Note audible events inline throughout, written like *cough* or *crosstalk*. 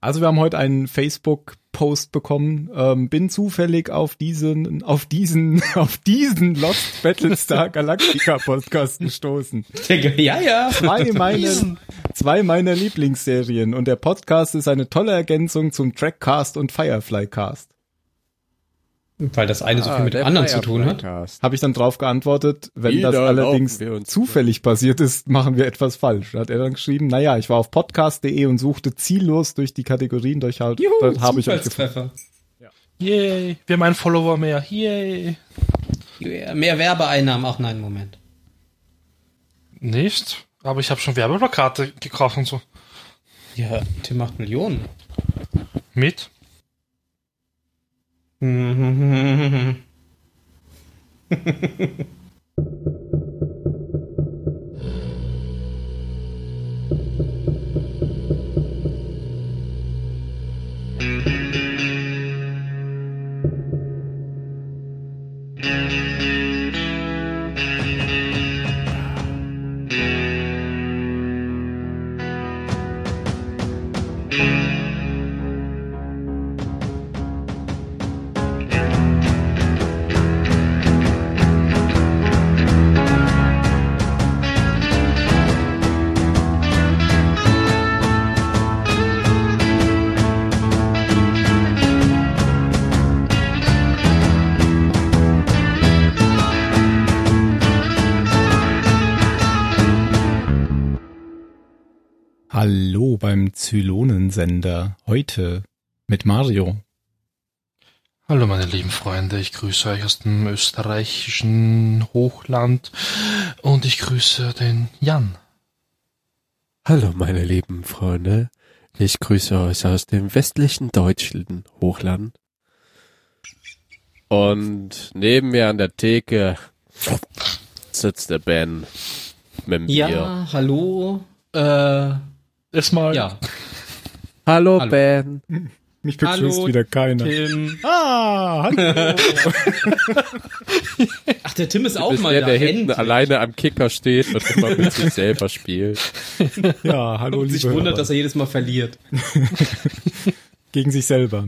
Also wir haben heute einen Facebook-Post bekommen. Ähm, bin zufällig auf diesen, auf diesen, *laughs* auf diesen Lost *laughs* Battlestar Galactica Podcast gestoßen. Ja, ja. Zwei meiner, zwei meiner Lieblingsserien und der Podcast ist eine tolle Ergänzung zum Trackcast und Fireflycast. Weil das eine so viel Ah, mit dem der anderen zu tun hat. Fireflycast. Habe ich dann drauf geantwortet, wenn Wieder das allerdings laufen wir uns zufällig passiert ist, machen wir etwas falsch. Da hat er dann geschrieben, naja, ich war auf podcast.de und suchte ziellos durch die Kategorien durch halt, dann habe ich euch gefunden. Zufallstreffer. Yay. Wir haben einen Follower mehr. Yay. Ja, Mehr Werbeeinnahmen. Ach nein, Moment. Nicht? Aber ich habe schon Werbeplakate gekauft und so. Ja, Tim macht Millionen. Mit? Hallo beim Zylonensender. Heute mit Mario. Hallo meine lieben Freunde, ich grüße euch aus dem österreichischen Hochland und ich grüße den Jan. Hallo, meine lieben Freunde. Ich grüße euch aus dem westlichen deutschen Hochland. Und neben mir an der Theke sitzt der Ben mit dem Ja, Bier. hallo. Äh, Erstmal ja. Hallo, Hallo. Ben. Mich Hallo, begrüßt wieder keiner. Tim. Ah, *laughs* hallo. Ach, der Tim ist auch Bist mal der, da. der hinten Endlich. alleine am Kicker steht und immer mit sich selber spielt. ja, hallo, Und liebe sich wundert, Hörer. dass er jedes Mal verliert. Gegen sich selber.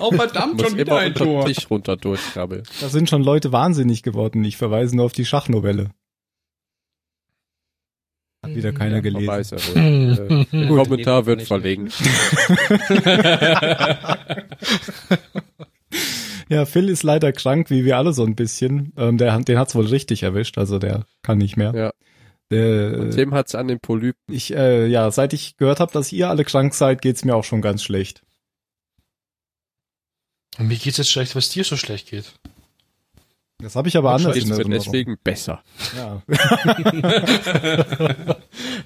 Oh, verdammt, *laughs* Muss schon wieder immer ein unter Tor. sich runter durchkrabbeln. Da sind schon Leute wahnsinnig geworden. Ich verweise nur auf die Schachnovelle. Hat Mhm. wieder keiner gelesen. Verweis er wohl. *laughs* Äh, Gut. Kommentar wird Nicht verlinkt. Ja, Phil ist leider krank, wie wir alle so ein bisschen. Ähm, der, den hat's wohl richtig erwischt, also der kann nicht mehr. Ja. Der, äh, Tim hat's an den Polypen. ich, äh, ja, seit ich gehört habe, dass ihr alle krank seid, geht's mir auch schon ganz schlecht. Und mir geht's jetzt schlecht, weil es dir so schlecht geht. Das habe ich aber anders Geht's in mir Erinnerung. deswegen besser. Ja. *laughs*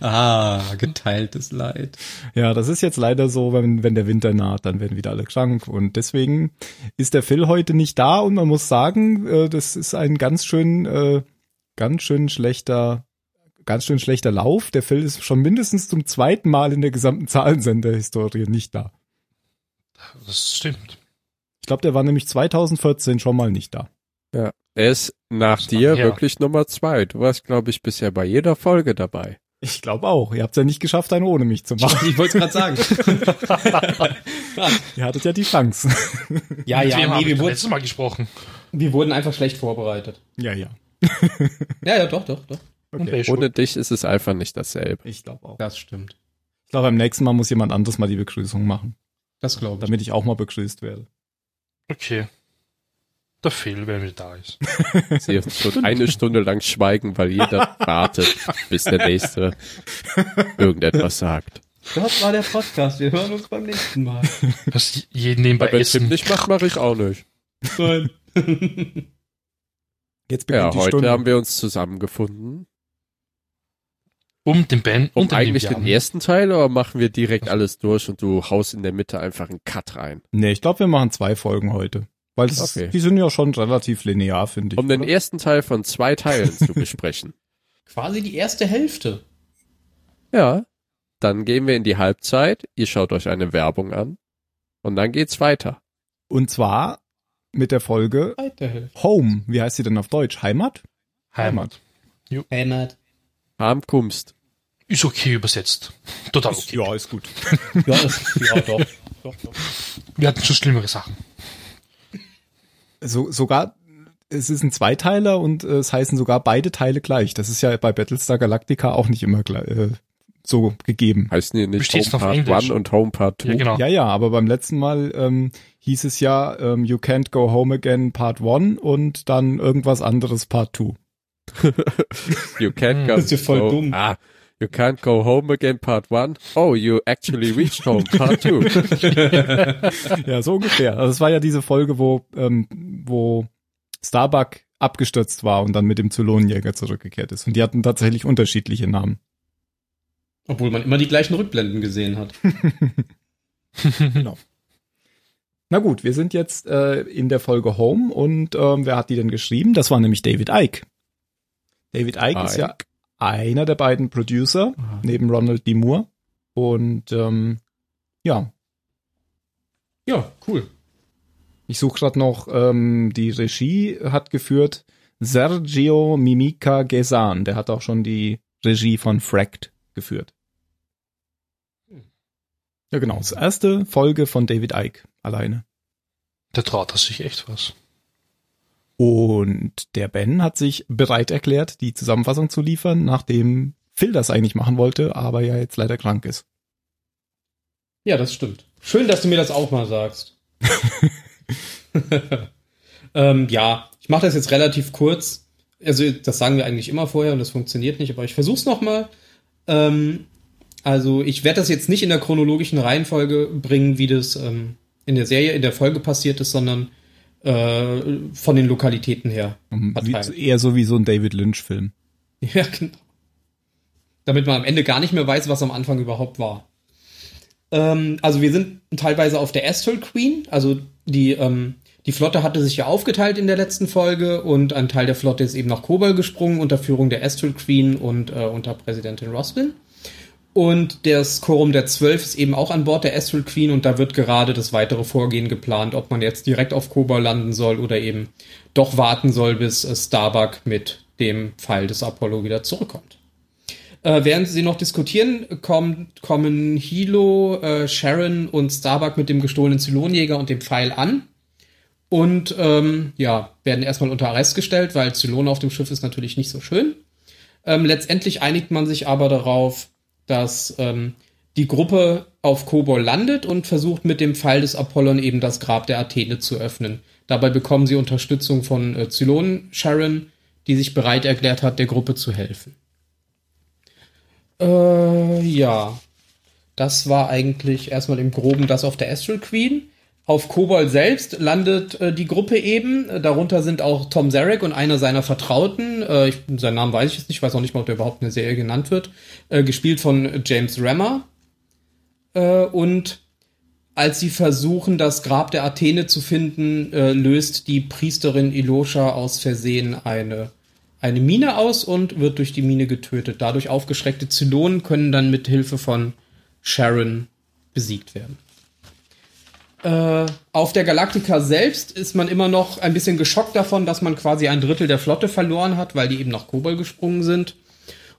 Ah, geteiltes Leid. ja, das ist jetzt leider so, wenn, wenn der Winter naht, dann werden wieder alle krank. Und deswegen ist der Phil heute nicht da und man muss sagen, äh, das ist ein ganz schön, äh, ganz schön schlechter ganz schön schlechter Lauf. Der Phil ist schon mindestens zum zweiten Mal in der gesamten Zahlensender-Historie nicht da. Das stimmt. Ich glaube, der war nämlich 2014 schon mal nicht da. Er ist nach Ist dir nachher. wirklich Nummer zwei. Du warst, glaube ich, bisher bei jeder Folge dabei. Ich glaube auch. Ihr habt es ja nicht geschafft, eine ohne mich zu machen. Ich wollte es *laughs* gerade sagen. *laughs* Ihr hattet ja die Chance. Ah ja, Mit wem ja, hab nee, ich wir, denn wurden, letztes Mal gesprochen. wir wurden einfach schlecht vorbereitet. *laughs* ja, ja. Ja, ja, doch, doch, doch. Und Okay. wer Ohne dich ist es einfach nicht dasselbe. Ich glaube auch. Das stimmt. Ich glaube, beim nächsten Mal muss jemand anderes mal die Begrüßung machen, Das glaube ich. damit ich auch mal begrüßt werde. Okay. Der Phil, wenn er da ist. Sie uns schon eine Stunde lang schweigen, *laughs* weil jeder wartet, bis der Nächste irgendetwas sagt. Das war der Podcast. Wir hören uns beim nächsten Mal. Was jeden nebenbei Wenn Tim essen. nicht macht, mache ich auch nicht. Nein. *laughs* Jetzt beginnt Ja, die heute Stunde. haben wir uns zusammengefunden. Um den Ben Um und den eigentlich lieben den Jan. ersten Teil oder machen wir direkt alles durch und du haust in der Mitte einfach einen Cut rein? nee, ich glaube, wir machen zwei Folgen heute. Weil das Okay. ist, die sind ja schon relativ linear, finde ich. Um den oder? ersten Teil von zwei Teilen zu besprechen. Quasi die erste Hälfte. Ja. Dann gehen wir in die Halbzeit, ihr schaut euch eine Werbung an und dann geht's weiter. Und zwar mit der Folge Zweite Hälfte. Home. Wie heißt sie denn auf Deutsch? Heimat? Heimat. Heimat. Harm Kumst. Ist okay übersetzt. Total Ist, *laughs* okay. ja, ist gut. Ja, das, ja doch. doch, doch. Wir hatten schon schlimmere Sachen. So, sogar, es ist ein Zweiteiler und äh, es heißen sogar beide Teile gleich. Das ist ja bei Battlestar Galactica auch nicht immer gleich, äh, so gegeben. Heißen die nicht Besteht's noch auf Home Part Englisch? 1 und Home Part 2? Ja, genau. *laughs* Ja, ja, aber beim letzten Mal ähm, hieß es ja, ähm, You Can't Go Home Again Part 1 und dann irgendwas anderes Part 2. You can't Hm. go, Das ist ja voll so- dumm. Ah, you can't go home again, Part 1. Oh, you actually reached home, Part *laughs* 2. Ja, so ungefähr. Also es war ja diese Folge, wo, ähm, wo Starbuck abgestürzt war und dann mit dem Zylonenjäger zurückgekehrt ist. Und die hatten tatsächlich unterschiedliche Namen. Obwohl man immer die gleichen Rückblenden gesehen hat. genau. Na gut, wir sind jetzt äh, in der Folge Home und ähm, wer hat die denn geschrieben? Das war nämlich David Icke. David Icke ist ja einer der beiden Producer neben Ronald D. Moore. Und ähm, ja, Ja, cool. Ich suche gerade noch, ähm, die Regie hat geführt Sergio Mimica Gesan. Der hat auch schon die Regie von Fract geführt. Ja, genau. Das erste Folge von David Icke alleine. Der traut er sich echt was. Und der Ben hat sich bereit erklärt, die Zusammenfassung zu liefern, nachdem Phil das eigentlich machen wollte, aber ja jetzt leider krank ist. Ja, das stimmt. Schön, dass du mir das auch mal sagst. ähm, ja, ich mache das jetzt relativ kurz. Also, das sagen wir eigentlich immer vorher und das funktioniert nicht, aber ich versuch's nochmal. Ähm, also, ich werde das jetzt nicht in der chronologischen Reihenfolge bringen, wie das ähm, in der Serie, in der Folge passiert ist, sondern äh, von den Lokalitäten her. verteilt. Um, Wie, eher so wie so ein David Lynch-Film. *laughs* Ja, genau. Damit man am Ende gar nicht mehr weiß, was am Anfang überhaupt war. Ähm, also wir sind teilweise auf der Astral Queen. Also die, ähm, die Flotte hatte sich ja aufgeteilt in der letzten Folge und ein Teil der Flotte ist eben nach Kobol gesprungen unter Führung der Astral Queen und äh, unter Präsidentin Roslin. Und das Quorum der Zwölf ist eben auch an Bord der Astral Queen und da wird gerade das weitere Vorgehen geplant, ob man jetzt direkt auf Kobol landen soll oder eben doch warten soll, bis äh, Starbuck mit dem Pfeil des Apollo wieder zurückkommt. Äh, während sie noch diskutieren, kommen, kommen Hilo, äh, Sharon und Starbuck mit dem gestohlenen Zylonjäger und dem Pfeil an. Und ähm, ja, werden erstmal unter Arrest gestellt, weil Zylon auf dem Schiff ist natürlich nicht so schön. Ähm, letztendlich einigt man sich aber darauf, dass ähm, die Gruppe auf Kobol landet und versucht mit dem Pfeil des Apollon eben das Grab der Athene zu öffnen. Dabei bekommen sie Unterstützung von äh, Zylon Sharon, die sich bereit erklärt hat, der Gruppe zu helfen. Äh, ja. Das war eigentlich erstmal im Groben das auf der Astral Queen. Auf Kobol selbst landet äh, die Gruppe eben. Äh, Darunter sind auch Tom Zarek und einer seiner Vertrauten. Äh, ich, seinen Namen weiß ich jetzt nicht, ich weiß auch nicht mal, ob der überhaupt in der Serie genannt wird. Äh, gespielt von äh, James Rammer. Äh, und als sie versuchen, das Grab der Athene zu finden, äh, löst die Priesterin Ilosha aus Versehen eine eine Mine aus und wird durch die Mine getötet. Dadurch aufgeschreckte Zylonen können dann mit Hilfe von Sharon besiegt werden. Äh, auf der Galactica selbst ist man immer noch ein bisschen geschockt davon, dass man quasi ein Drittel der Flotte verloren hat, weil die eben nach Kobol gesprungen sind.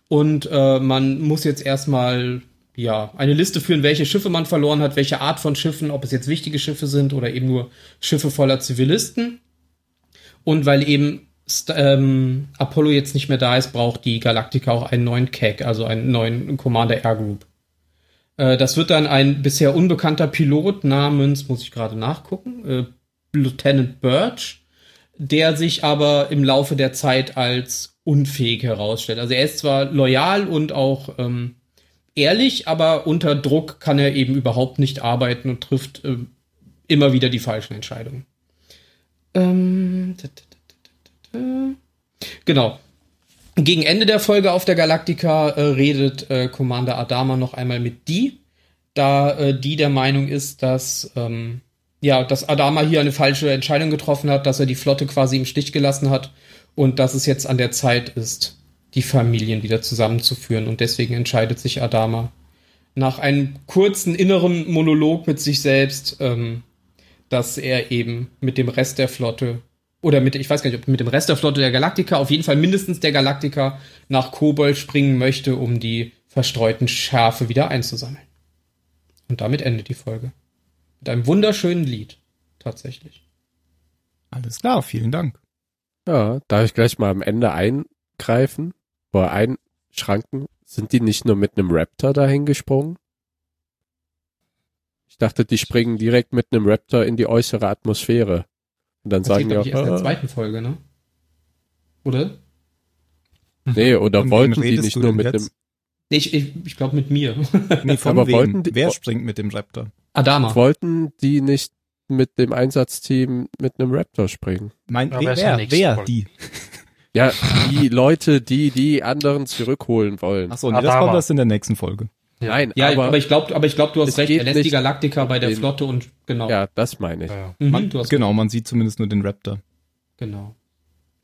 Und äh, man muss jetzt erstmal ja, eine Liste führen, welche Schiffe man verloren hat, welche Art von Schiffen, ob es jetzt wichtige Schiffe sind oder eben nur Schiffe voller Zivilisten. Und weil eben St ähm, Apollo jetzt nicht mehr da ist, braucht die Galactica auch einen neuen CAG, also einen neuen Commander Air Group. Äh, das wird dann ein bisher unbekannter Pilot namens, muss ich gerade nachgucken, äh, Lieutenant Birch, der sich aber im Laufe der Zeit als unfähig herausstellt. Also er ist zwar loyal und auch ähm, ehrlich, aber unter Druck kann er eben überhaupt nicht arbeiten und trifft äh, immer wieder die falschen Entscheidungen. Ähm, t- t- t- t- t- genau. Gegen Ende der Folge auf der Galactica äh, redet äh, Commander Adama noch einmal mit die, da äh, die der Meinung ist, dass ähm, ja, dass Adama hier eine falsche Entscheidung getroffen hat, dass er die Flotte quasi im Stich gelassen hat und dass es jetzt an der Zeit ist, die Familien wieder zusammenzuführen und deswegen entscheidet sich Adama nach einem kurzen inneren Monolog mit sich selbst ähm, dass er eben mit dem Rest der Flotte oder mit, ich weiß gar nicht, ob mit dem Rest der Flotte der Galaktiker, auf jeden Fall mindestens der Galaktiker nach Kobol springen möchte, um die verstreuten Schafe wieder einzusammeln. Und damit endet die Folge. Mit einem wunderschönen Lied, tatsächlich. Alles klar, vielen *laughs* Dank. Ja, darf ich gleich mal am Ende eingreifen? Oder einschranken? Sind die nicht nur mit einem Raptor dahin gesprungen? Ich dachte, die springen direkt mit einem Raptor in die äußere Atmosphäre. Und dann Das liegt, sagen die glaub auch, ich, erst in der "Ah." zweiten Folge, ne? Oder? nee, oder Von wem wollten die redest nicht du nur denn mit jetzt? einem, Nee, ich, ich, ich glaube mit mir. *laughs* Nee, von Aber wem? wollten die- Wer springt mit dem Raptor? Adama. wollten die nicht mit dem Einsatzteam mit einem Raptor springen? Mein, Aber wer, erst in der wer, nächsten wer Folge. die? Ja, *laughs* die Leute, die die anderen zurückholen wollen. Achso, Ah, nee, das Adama. kommt erst in der nächsten Folge. ja. Nein, Ja, aber, aber, ich glaube, aber ich glaube, du es hast recht. geht Er lässt die nicht Galaktiker bei der den- Flotte und genau. ja, das meine ich. Ja, ja. Mhm, Man, du hast genau, man sieht zumindest nur den Raptor. Genau.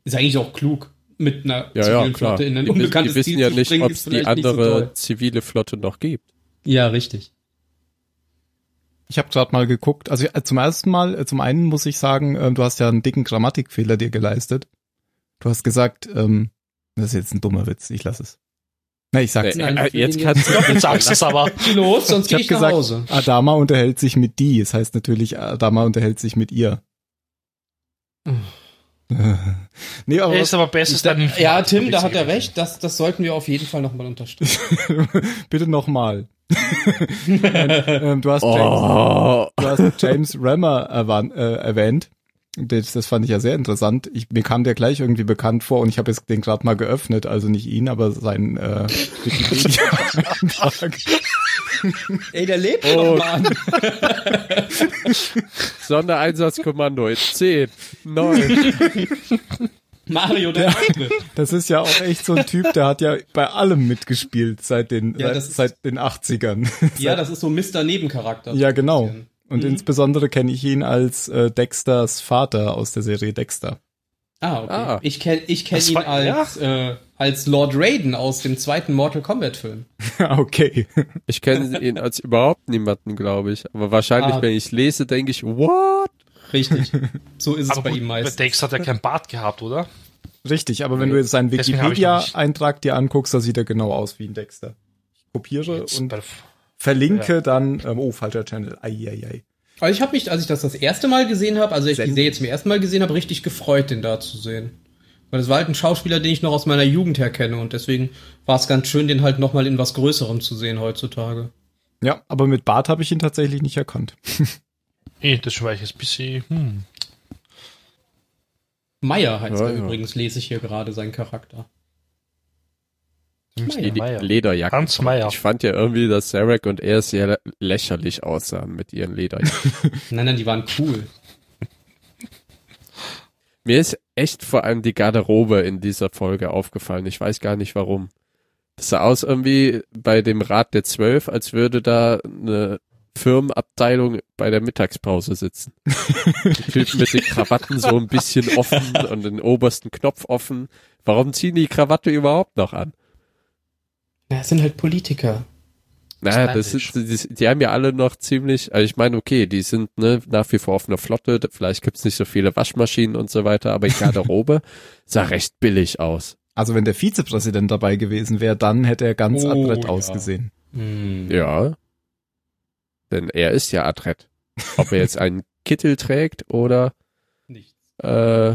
Ist eigentlich auch klug, mit einer Ja, ja, klar. in ein die, wissen- die unbekanntes wissen Ziel ja zu nicht, springen, ob ist es die vielleicht nicht so andere toll. zivile Flotte noch gibt. ja, richtig. Ich habe gerade mal geguckt. Also äh, zum ersten Mal, äh, zum einen muss ich sagen, ähm, du hast ja einen dicken Grammatikfehler dir geleistet. Du hast gesagt, ähm, das ist jetzt ein dummer Witz, ich lass es. Na, ich sag's. Nee, Nein, äh, für jetzt den kannst du *laughs* Jetzt sagst du es *laughs* aber. Los, sonst Ich gehe habe ich nach Hause. gesagt, Adama unterhält sich mit die. Es heißt natürlich, Adama unterhält sich mit ihr. Hm. *laughs* nee, aber Ist aber besser, ist dann Ja, Tim, da hat er recht. Das, das sollten wir auf jeden Fall nochmal unterstützen. *laughs* bitte nochmal. *laughs* ähm, du, hast James, Oh, du hast James Rammer erwan- äh, erwähnt. Das, das fand ich ja sehr interessant. Ich, mir kam der gleich irgendwie bekannt vor und ich habe jetzt den gerade mal geöffnet. Also nicht ihn, aber seinen äh, *laughs* Wikipedia-Eintrag. Ey, der lebt noch, Oh. Mann. Sondereinsatzkommando in 10, 9. Mario, der andere. Das ist ja auch echt so ein Typ, der hat ja bei allem mitgespielt seit den, Ja, seit, das ist- seit den 80ern. *laughs* Ja, das ist so ein Mr. Nebencharakter. Ja, genau. bisschen. Und Mhm. insbesondere kenne ich ihn als äh, Dexters Vater aus der Serie Dexter. *laughs* Ah, okay. Ah. Ich kenne ich kenn Das ihn war- als, äh, als Lord Raiden aus dem zweiten Mortal Kombat Film. Ah, okay. Ich kenne ihn als überhaupt niemanden, glaube ich. Aber wahrscheinlich, Ah. wenn ich lese, denke ich, what? Richtig. So ist es Aber bei gut, ihm bei meist. Dex hat er keinen Bart gehabt, oder? Richtig, aber wenn du jetzt seinen deswegen hab ich noch nicht- Wikipedia-Eintrag dir anguckst, da sieht er genau aus wie ein Dexter. Ich kopiere Jetzt und bei- verlinke dann, ähm, oh, falscher Channel, eieiei. Aber Also ich habe mich, als ich das das erste Mal gesehen habe, also als ich die Senden. Serie zum ersten Mal gesehen habe, richtig gefreut, den da zu sehen. Weil das war halt ein Schauspieler, den ich noch aus meiner Jugend her kenne und deswegen war es ganz schön, den halt nochmal in was Größerem zu sehen heutzutage. Ja, aber mit Bart habe ich ihn tatsächlich nicht erkannt. Eh, das war ich jetzt ein bisschen. Hm. Meyer heißt Ja, er ja. übrigens, lese ich hier gerade seinen Charakter. Mr. Die Meier. Lederjacke. Hans Meier. Ich fand ja irgendwie, dass Sarek und er sehr lä- lächerlich aussahen mit ihren Lederjacken. Nein, nein, die waren cool. Mir ist echt vor allem die Garderobe in dieser Folge aufgefallen. Ich weiß gar nicht warum. Das sah aus irgendwie bei dem Rat der Zwölf, als würde da eine Firmenabteilung bei der Mittagspause sitzen. Die Typen mit den Krawatten so ein bisschen offen und den obersten Knopf offen. Warum ziehen die Krawatte überhaupt noch an? Ja, es sind halt Politiker. Naja, das Spanisch. ist, die, die haben ja alle noch ziemlich, also ich meine, okay, die sind ne, nach wie vor auf einer Flotte, da- vielleicht gibt's nicht so viele Waschmaschinen und so weiter, aber die Garderobe sah recht billig aus. Also wenn der Vizepräsident dabei gewesen wäre, dann hätte er ganz Oh, adrett ja. ausgesehen. Hm. Ja. Denn er ist ja adrett. Ob er jetzt einen Kittel trägt oder Nichts. äh,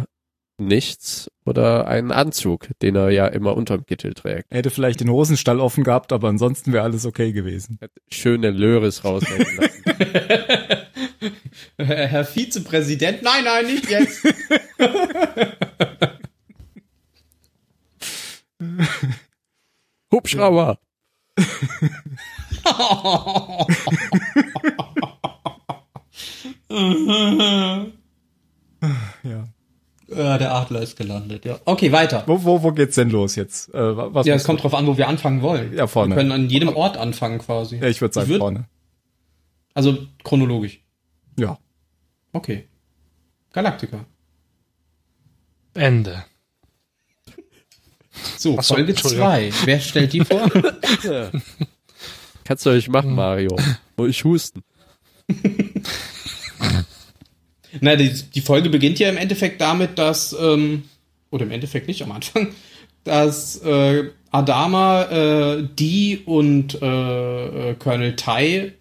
nichts oder einen Anzug, den er ja immer unterm Kittel trägt. Er hätte vielleicht den Hosenstall offen gehabt, aber ansonsten wäre alles okay gewesen. Schöne Löres raushängen lassen. *laughs* Herr Vizepräsident, nein, nein, nicht jetzt. Hubschrauber! Ja. Ah, der Adler ist gelandet, ja. Okay, weiter. Wo, wo, wo geht's denn los jetzt? Äh, wa- was Ja, muss- es kommt drauf an, wo wir anfangen wollen. Ja, vorne. Wir können an jedem Ort anfangen quasi. ja ich würde sagen Ich würd- vorne. Also chronologisch. Ja. Okay. Galactica. Ende. So, Ach so, Folge Entschuldigung. 2. Wer stellt die vor? Kannst du euch machen, Mario. Muss ich husten. Na, die, die Folge beginnt ja im Endeffekt damit, *laughs* dass, ähm, oder im Endeffekt nicht am Anfang, dass äh, Adama, äh, die und äh, äh, Colonel Tai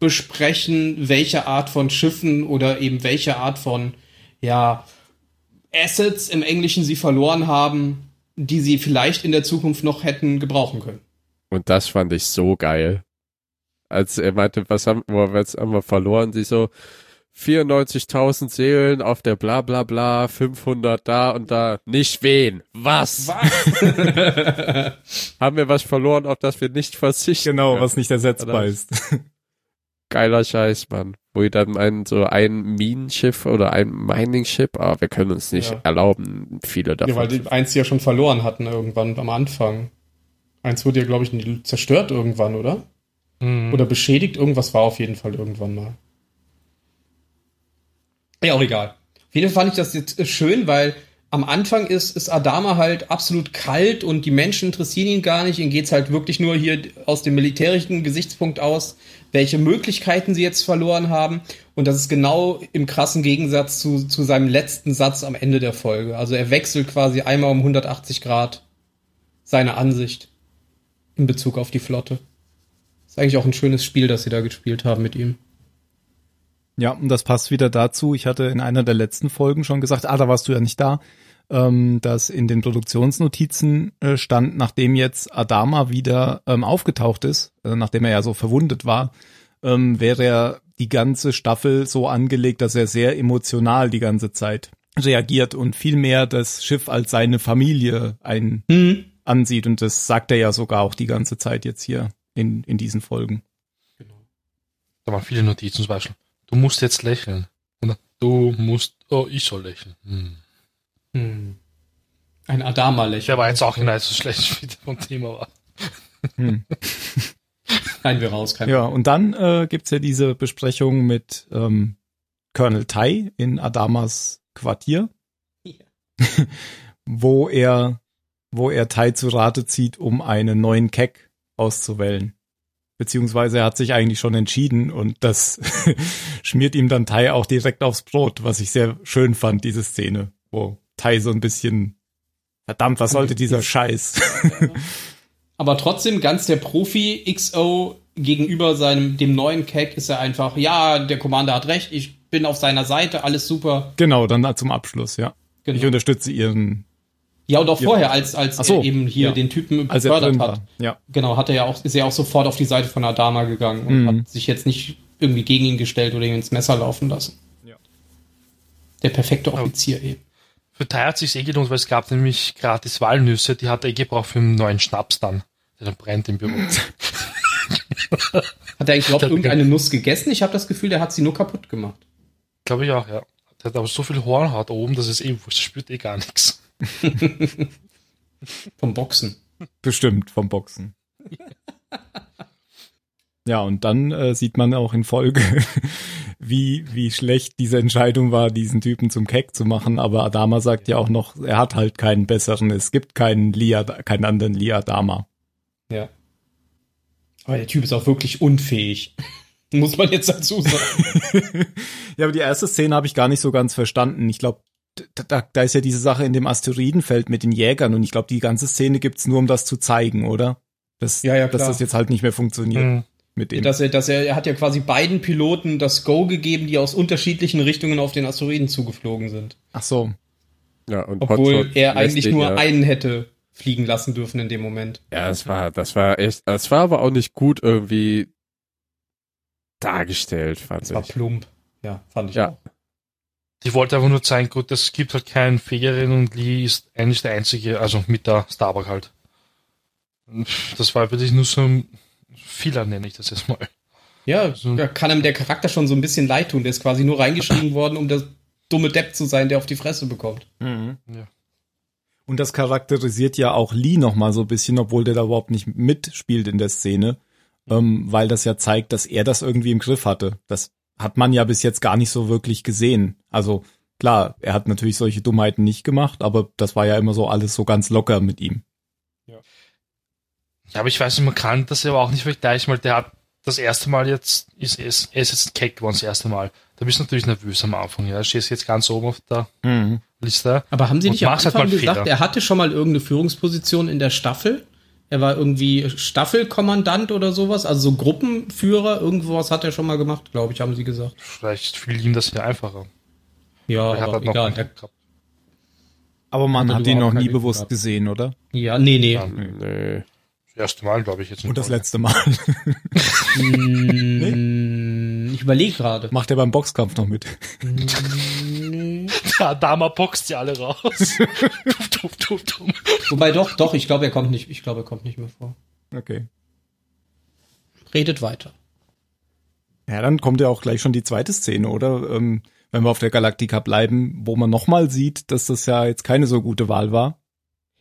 besprechen, welche Art von Schiffen oder eben welche Art von ja, Assets im Englischen sie verloren haben, die sie vielleicht in der Zukunft noch hätten gebrauchen können. Und das fand ich so geil. Als er meinte, was haben, wir- was haben wir verloren? Sie so, 94.000 Seelen auf der bla bla bla, 500 da und da. Nicht wen? Was? *laughs* Haben wir was verloren, auf das wir nicht verzichten? Genau, können? was nicht ersetzbar Verdammt. ist. Geiler Scheiß, Mann. Wo ihr dann ein, so ein Minenschiff oder ein Mining-Ship, ah, wir können uns nicht Ja. erlauben, viele davon. Ja, weil die eins ja schon verloren hatten irgendwann am Anfang. Eins wurde ja, glaube ich, zerstört irgendwann, oder? Mhm. Oder beschädigt. Irgendwas war auf jeden Fall irgendwann mal. Ja, auch egal. Auf jeden Fall fand ich das jetzt äh, schön, weil am Anfang ist, ist Adama halt absolut kalt und die Menschen interessieren ihn gar nicht. Ihnen geht's halt wirklich nur hier aus dem militärischen Gesichtspunkt aus, welche Möglichkeiten sie jetzt verloren haben. Und das ist genau im krassen Gegensatz zu, zu seinem letzten Satz am Ende der Folge. Also er wechselt quasi einmal um 180 Grad seine Ansicht in Bezug auf die Flotte. Ist eigentlich auch ein schönes Spiel, das sie da gespielt haben mit ihm. Ja, und das passt wieder dazu. Ich hatte in einer der letzten Folgen schon gesagt, ah, da warst du ja nicht da, ähm, dass in den Produktionsnotizen äh, stand, nachdem jetzt Adama wieder ähm, aufgetaucht ist, äh, nachdem er ja so verwundet war, ähm, wäre er die ganze Staffel so angelegt, dass er sehr emotional die ganze Zeit reagiert und viel mehr das Schiff als seine Familie ein Hm. ansieht. Und das sagt er ja sogar auch die ganze Zeit jetzt hier in, in diesen Folgen. Da waren viele Notizen zum Beispiel. Du musst jetzt lächeln. Und dann, du musst, oh, ich soll lächeln. Hm. Hm. Ein Adama-Lächeln. Ich habe jetzt auch hinein, so schlecht *laughs* wie vom Thema war. Hm. Nein, wir raus. Kein Ja, und dann äh, gibt's ja diese Besprechung mit ähm, Colonel Tai in Adamas Quartier, *laughs* wo er, wo er Tai zu Rate zieht, um einen neuen Keck auszuwählen. Beziehungsweise er hat sich eigentlich schon entschieden und das *laughs* schmiert ihm dann Tai auch direkt aufs Brot, was ich sehr schön fand, diese Szene, wo Tai so ein bisschen, verdammt, was sollte dieser Scheiß? *laughs* Aber trotzdem, ganz der Profi XO gegenüber seinem, dem neuen Keck ist er einfach, ja, der Commander hat recht, ich bin auf seiner Seite, alles super. genau, dann zum Abschluss, ja. Genau. Ich unterstütze ihren, ja, und auch Ja. vorher, als, als Ach so. er eben hier Ja. den Typen als er befördert drin hat. war. Ja. Genau, hat er ja auch, ist er auch sofort auf die Seite von Adama gegangen und Mhm. hat sich jetzt nicht irgendwie gegen ihn gestellt oder ihm ins Messer laufen lassen. Ja. Oh. Der perfekte Offizier eben. Für Tai hat sich's eh gelohnt, weil es gab nämlich gratis Walnüsse, die hat er eh gebraucht für einen neuen Schnaps dann. Der dann brennt im Büro. Hat er *laughs* eigentlich überhaupt Statt- irgendeine Nuss gegessen? Ich habe das Gefühl, der hat sie nur kaputt gemacht. Glaube ich auch, ja. Der hat aber so viel Hornhaut oben, dass es eh wurscht, das spürt eh gar nichts. Vom Boxen. Bestimmt vom *laughs* Boxen. Ja, und dann äh, sieht man auch in Folge, *laughs* wie, wie schlecht diese Entscheidung war, diesen Typen zum Keck zu machen. Aber Adama sagt ja auch noch, er hat halt keinen besseren. Es gibt keinen Lia, keinen anderen Lia Adama. Ja. Aber der Typ ist auch wirklich unfähig. *laughs* Muss man jetzt dazu sagen. ja, aber die erste Szene habe ich gar nicht so ganz verstanden. Ich glaube, da- da, da ist ja diese Sache in dem Asteroidenfeld mit den Jägern und ich glaube, die ganze Szene gibt's nur, um das zu zeigen, oder? Dass, Ja, ja, dass klar. Mhm. das jetzt halt nicht mehr funktioniert Hm. mit dem. Dass er, dass er, er hat ja quasi beiden Piloten das Go gegeben, die aus unterschiedlichen Richtungen auf den Asteroiden zugeflogen sind. Ach so. ja, und Obwohl Hotshot er lässt eigentlich ihn nur ja. einen hätte fliegen lassen dürfen in dem Moment. Ja, das war, das war echt, das war aber auch nicht gut irgendwie dargestellt, fand Das war ich. plump. Ja, fand ich Ja. auch. Die wollte einfach nur zeigen, gut, es gibt halt keinen Fähigeren und Lee ist eigentlich der einzige, also mit der Starbuck halt. Das war wirklich nur so ein Fehler, nenne ich das jetzt mal. Ja, So- da kann ihm der Charakter schon so ein bisschen leid tun. Der ist quasi nur reingeschrieben worden, um das dumme Depp zu sein, der auf die Fresse bekommt. Mhm. Ja. Und das charakterisiert ja auch Lee nochmal so ein bisschen, obwohl der da überhaupt nicht mitspielt in der Szene, ähm, weil das ja zeigt, dass er das irgendwie im Griff hatte. Das hat man ja bis jetzt gar nicht so wirklich gesehen. Also klar, er hat natürlich solche Dummheiten nicht gemacht, aber das war ja immer so alles so ganz locker mit ihm. Ja, aber ich weiß nicht, man kann das ja aber auch nicht vergleichen, weil der hat das erste Mal jetzt, ist, ist, er ist jetzt ein Cake geworden, das erste Mal. Da bist du natürlich nervös am Anfang, ja. Du stehst jetzt ganz oben auf der Liste. Mhm. Aber haben Sie Und nicht am Marx hat Anfang mal einen gesagt, Fehler. er hatte schon mal irgendeine Führungsposition in der Staffel? Er war irgendwie Staffelkommandant oder sowas, also so Gruppenführer, irgendwas hat er schon mal gemacht, glaube ich, haben sie gesagt. Vielleicht fiel ihm das hier einfacher. Ja, Er hat aber halt noch egal. keinen Der, gehabt. Aber man Hat hat er ihn noch überhaupt nie keinen bewusst gehabt. gesehen, oder? ja, nee, nee. Nö. Das erste Mal, glaube ich, jetzt. Und das letzte Mal. Mm, Ich überlege gerade. *laughs* Macht er beim Boxkampf noch mit. Da, Dama boxt die alle *laughs* raus. dum, dum, dum, dum. Wobei doch, doch, ich glaube, er kommt nicht, ich glaube, er kommt nicht mehr vor. Okay. Redet weiter. *laughs* Ja, dann kommt ja auch gleich schon die zweite Szene, oder? Ähm, wenn wir auf der Galaktika bleiben, wo man nochmal sieht, dass das ja jetzt keine so gute Wahl war.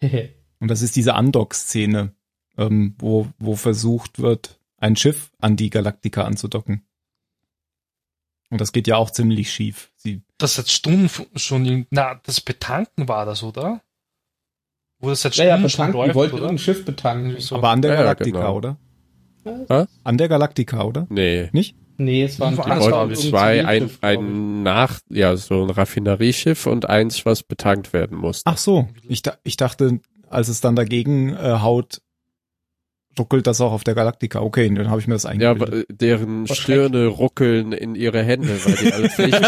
Und das ist diese Andock-Szene, ähm, wo, wo versucht wird, ein Schiff an die Galaktika anzudocken. Und das geht ja auch ziemlich schief. Sie, Das hat Stunden fu- schon. irgend- Na, das Betanken war das, oder? Wo das seit Ja, ja, Stunden schon betanken. Die läuft, wollten oder? irgendein Schiff betanken. Irgendwie so. aber an der Ja, ja, Galaktika, genau. oder? Hä? An der Galaktika, oder? Nee. Nicht? Nee, es waren Die Die Ah, das war wollten ein zwei, ein, Zivilschiff, glaub ich. ein Nach, ja, so ein Raffinerieschiff und eins, was betankt werden musste. Ach so. Ich, da- ich dachte, als es dann dagegen äh, haut, ruckelt das auch auf der Galaktika. Okay, dann habe ich mir das Ja, eingebildet. aber, äh, deren Verschreckt. Stirne ruckeln in ihre Hände, weil die *laughs* alle Pflicht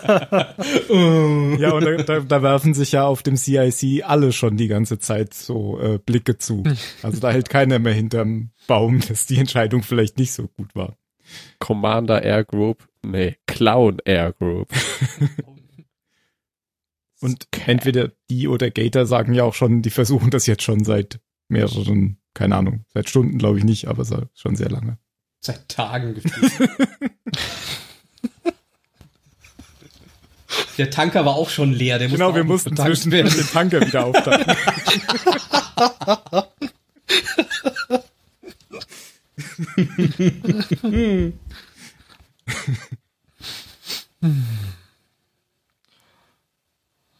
haben. Oh. Ja, und da, da, da werfen sich ja auf dem CIC alle schon die ganze Zeit so äh, Blicke zu. Also da hält keiner mehr hinterm Baum, dass die Entscheidung vielleicht nicht so gut war. Commander Air Group, nee, Clown Air Group. Und entweder die oder Gator sagen ja auch schon, die versuchen das jetzt schon seit mehreren, keine Ahnung, seit Stunden glaube ich nicht, aber se- schon sehr lange. Seit Tagen *laughs* gefühlt. Der Tanker war auch schon leer. Der Genau, musste auch noch betankt werden. den Tanker wieder auftanken.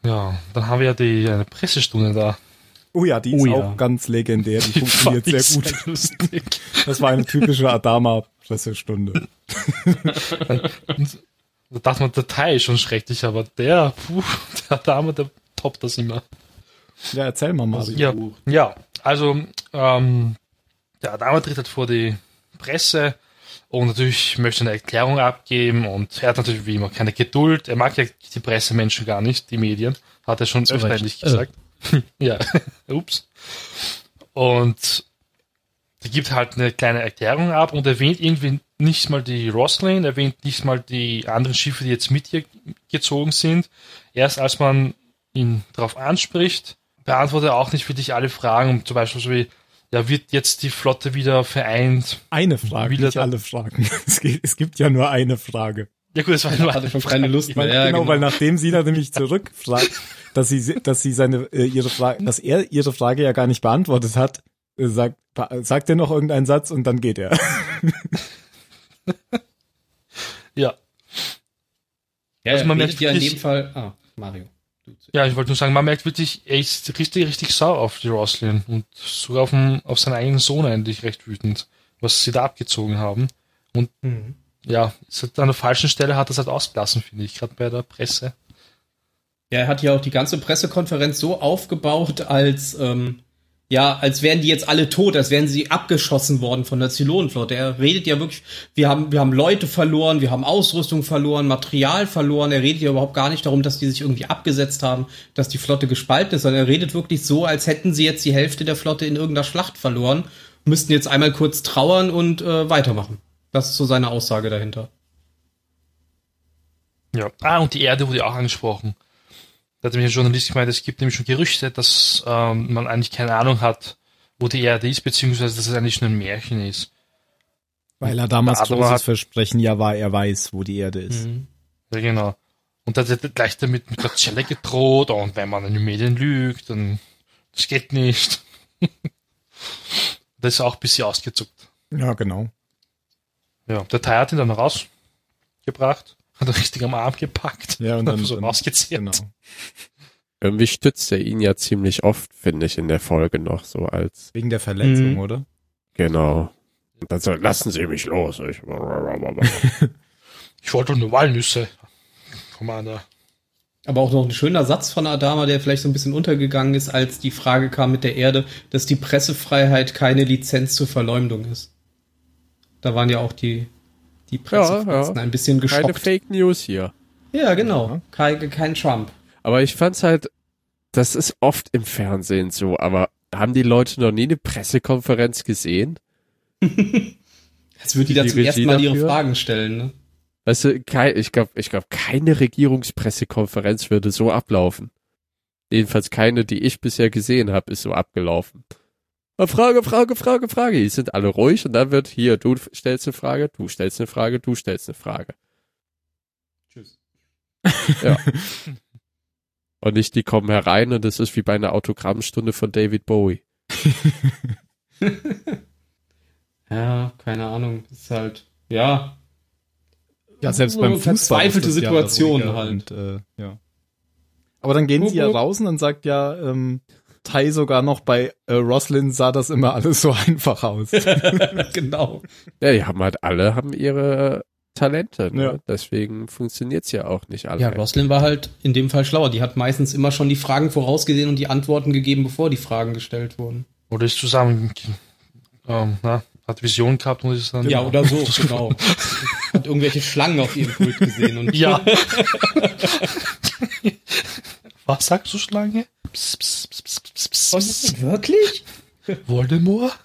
Ja, dann haben wir ja die eine Pressestunde da. *laughs* Oh ja, die ist Oh ja. auch ganz legendär, die, funktioniert fand ich sehr gut. sehr lustig. Das war eine typische Adama-Pressestunde. Da dachte man, der Teil ist schon schrecklich, aber der, puh, der Dame, der toppt das immer. Ja, erzähl mal, Mario. Ja, ja also ähm, der Adama tritt halt vor die Presse und natürlich möchte er eine Erklärung abgeben und er hat natürlich wie immer keine Geduld. Er mag ja die Pressemenschen gar nicht, die Medien, hat er schon Zu öfter Recht. eigentlich Äh. gesagt. *laughs* ja, ups. Und er gibt halt eine kleine Erklärung ab und erwähnt irgendwie nicht mal die Roslane, erwähnt nicht mal die anderen Schiffe, die jetzt mit ihr gezogen sind. Erst als man ihn darauf anspricht, beantwortet er auch nicht wirklich alle Fragen. Zum Beispiel so wie, ja, wird jetzt die Flotte wieder vereint? Eine Frage, Wie nicht das- alle Fragen. *laughs* Es gibt, es gibt ja nur eine Frage. Ja gut, das war nur Hatte schon keine Lust mehr. Weil, Ja, genau, genau. weil nachdem sie dann nämlich zurückfragt, *laughs* dass sie, dass sie seine, äh, ihre Frage, dass er ihre Frage ja gar nicht beantwortet hat, äh, sagt, ba- sagt er noch irgendeinen Satz und dann geht er. Ja, ja, also man man merkt ja in wirklich- dem Fall. Ah, Mario. Du zuerst. ja, ich wollte nur sagen, man merkt wirklich, er ist richtig, richtig sauer auf die Roslin und sogar auf, den, auf seinen eigenen Sohn eigentlich recht wütend, was sie da abgezogen haben. Mhm. Ja, ist halt an der falschen Stelle hat er es halt ausgelassen, finde ich, gerade bei der Presse. Ja, er hat ja auch die ganze Pressekonferenz so aufgebaut, als ähm, ja, als wären die jetzt alle tot, als wären sie abgeschossen worden von der Zylonenflotte. Er redet ja wirklich, wir haben, wir haben Leute verloren, wir haben Ausrüstung verloren, Material verloren. Er redet ja überhaupt gar nicht darum, dass die sich irgendwie abgesetzt haben, dass die Flotte gespalten ist, sondern er redet wirklich so, als hätten sie jetzt die Hälfte der Flotte in irgendeiner Schlacht verloren, müssten jetzt einmal kurz trauern und äh, weitermachen. Das ist so seine Aussage dahinter. Ja. Ah, und die Erde wurde auch angesprochen. Da hat nämlich ein Journalist gemeint, es gibt nämlich schon Gerüchte, dass ähm, man eigentlich keine Ahnung hat, wo die Erde ist, beziehungsweise dass es eigentlich nur ein Märchen ist. *laughs* Weil er damals Aber großes hat- Versprechen ja war, er weiß, wo die Erde ist. Ja, genau. Und da hat er gleich damit mit der Zelle gedroht, und wenn man an die Medien lügt, dann das geht nicht. *laughs* das ist auch ein bisschen ausgezuckt. Ja, genau. Ja, der Teil hat ihn dann rausgebracht, hat ihn richtig am Arm gepackt, Ja, *laughs* und dann, so dann rausgezerrt. genau. Irgendwie stützt er ihn ja ziemlich oft, finde ich, in der Folge noch so als, Wegen der Verletzung, Mhm. oder? genau. Und dann so, lassen Sie mich los. Ich, Ich wollte nur Walnüsse, Commander. Aber auch noch ein schöner Satz von Adama, der vielleicht so ein bisschen untergegangen ist, als die Frage kam mit der Erde, dass die Pressefreiheit keine Lizenz zur Verleumdung ist. Da waren ja auch die, die Pressefreiheiten ja. ein bisschen Keine geschockt. Fake News hier. Ja, genau. Kein, kein Trump. Aber ich fand's halt, das ist oft im Fernsehen so, aber haben die Leute noch nie eine Pressekonferenz gesehen? Als würde die, Die da zum Regie ersten Mal ihre dafür? Fragen stellen. Ne? Weißt du, kein, ich glaube, ich glaub, keine Regierungspressekonferenz würde so ablaufen. Jedenfalls keine, die ich bisher gesehen habe, ist so abgelaufen. Aber Frage, Frage, Frage, Frage. Die sind alle ruhig und dann wird hier, du stellst eine Frage, du stellst eine Frage, du stellst eine Frage. Tschüss. Und nicht, die kommen herein und das ist wie bei einer Autogrammstunde von David Bowie. Ja, keine Ahnung. Ist halt, ja. Ja, Also selbst So beim Fußball. verzweifelte ist das ja Situation ruhiger halt. Und, äh, ja. Aber dann gehen sie ja Wupp, wupp. raus und dann sagt ja ähm, Tai sogar noch, bei äh, Roslyn sah das immer alles so *laughs* einfach aus. genau. Ja, die haben halt alle, haben ihre Talente. Ne? Ja. Deswegen funktioniert's ja auch nicht alle. Ja, Roslyn war halt in dem Fall schlauer. Die hat meistens immer schon die Fragen vorausgesehen und die Antworten gegeben, bevor die Fragen gestellt wurden. Oder ist zusammen, ähm, na, hat Vision gehabt und ist dann. Ja, oder so, *laughs* genau. Hat irgendwelche Schlangen auf ihrem Pult gesehen und *laughs* Ja. Was sagst du, Schlange? Psst, psst, psst, psst, psst, psst, psst. wirklich? Voldemort?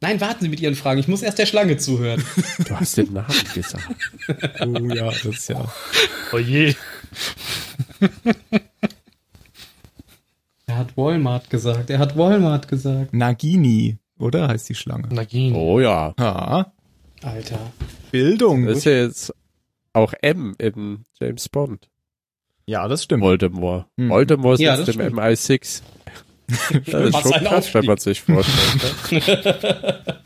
Nein, warten Sie mit Ihren Fragen. Ich muss erst der Schlange zuhören. Du hast den Namen gesagt. oh ja, das ist ja. Oh je. Er hat Walmart gesagt. Er hat Walmart gesagt. Nagini, oder? Heißt die Schlange. Nagin. Oh ja. Ah, Alter. Bildung. Das ist ja jetzt auch M in James Bond. ja, das stimmt. Voldemort. Mhm. Voldemort Ja, sitzt das im stimmt. MI6. Das ist Was schon ein krass, wenn man sich vorstellt. ne?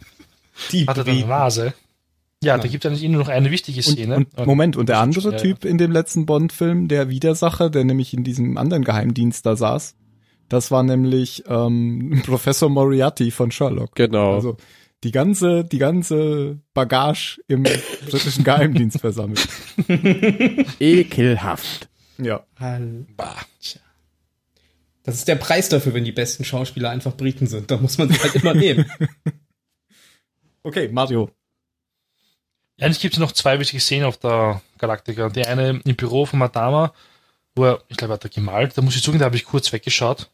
Die Hat er dann eine Vase? Ja, da gibt es eigentlich eh nur noch eine wichtige und, Szene. und, Moment, und der andere Ja, ja. Typ in dem letzten Bond-Film, der Widersacher, der nämlich in diesem anderen Geheimdienst da saß, das war nämlich ähm, *laughs* Professor Moriarty von Sherlock. Genau. Also die ganze, die ganze Bagage im britischen Geheimdienst versammelt. Ekelhaft. Ja. Hall- Bah. Das ist der Preis dafür, wenn die besten Schauspieler einfach Briten sind. Da muss man sie halt immer nehmen. *laughs* Okay, Mario. Eigentlich gibt es noch zwei wichtige Szenen auf der Galactica. Die eine im Büro von Madama, wo er, ich glaube, er hat da gemalt. Da muss ich zugeben, da habe ich kurz weggeschaut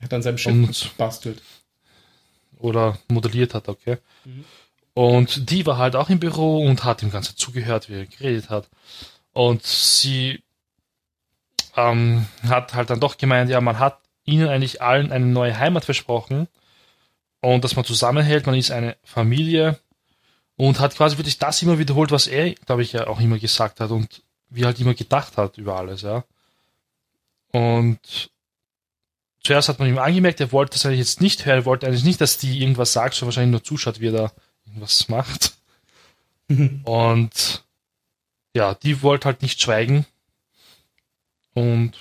Hat an seinem Schiff und, gebastelt. oder modelliert hat, okay. Und die war halt auch im Büro und hat ihm ganze zugehört, wie er geredet hat. Und sie ähm, hat halt dann doch gemeint, ja, man hat ihnen eigentlich allen eine neue Heimat versprochen und dass man zusammenhält, man ist eine Familie und hat quasi wirklich das immer wiederholt, was er, glaube ich, ja auch immer gesagt hat und wie er halt immer gedacht hat über alles, ja. Und zuerst hat man ihm angemerkt, er wollte das eigentlich jetzt nicht hören, er wollte eigentlich nicht, dass die irgendwas sagt, sondern wahrscheinlich nur zuschaut, wie er da irgendwas macht. Und ja, die wollte halt nicht schweigen und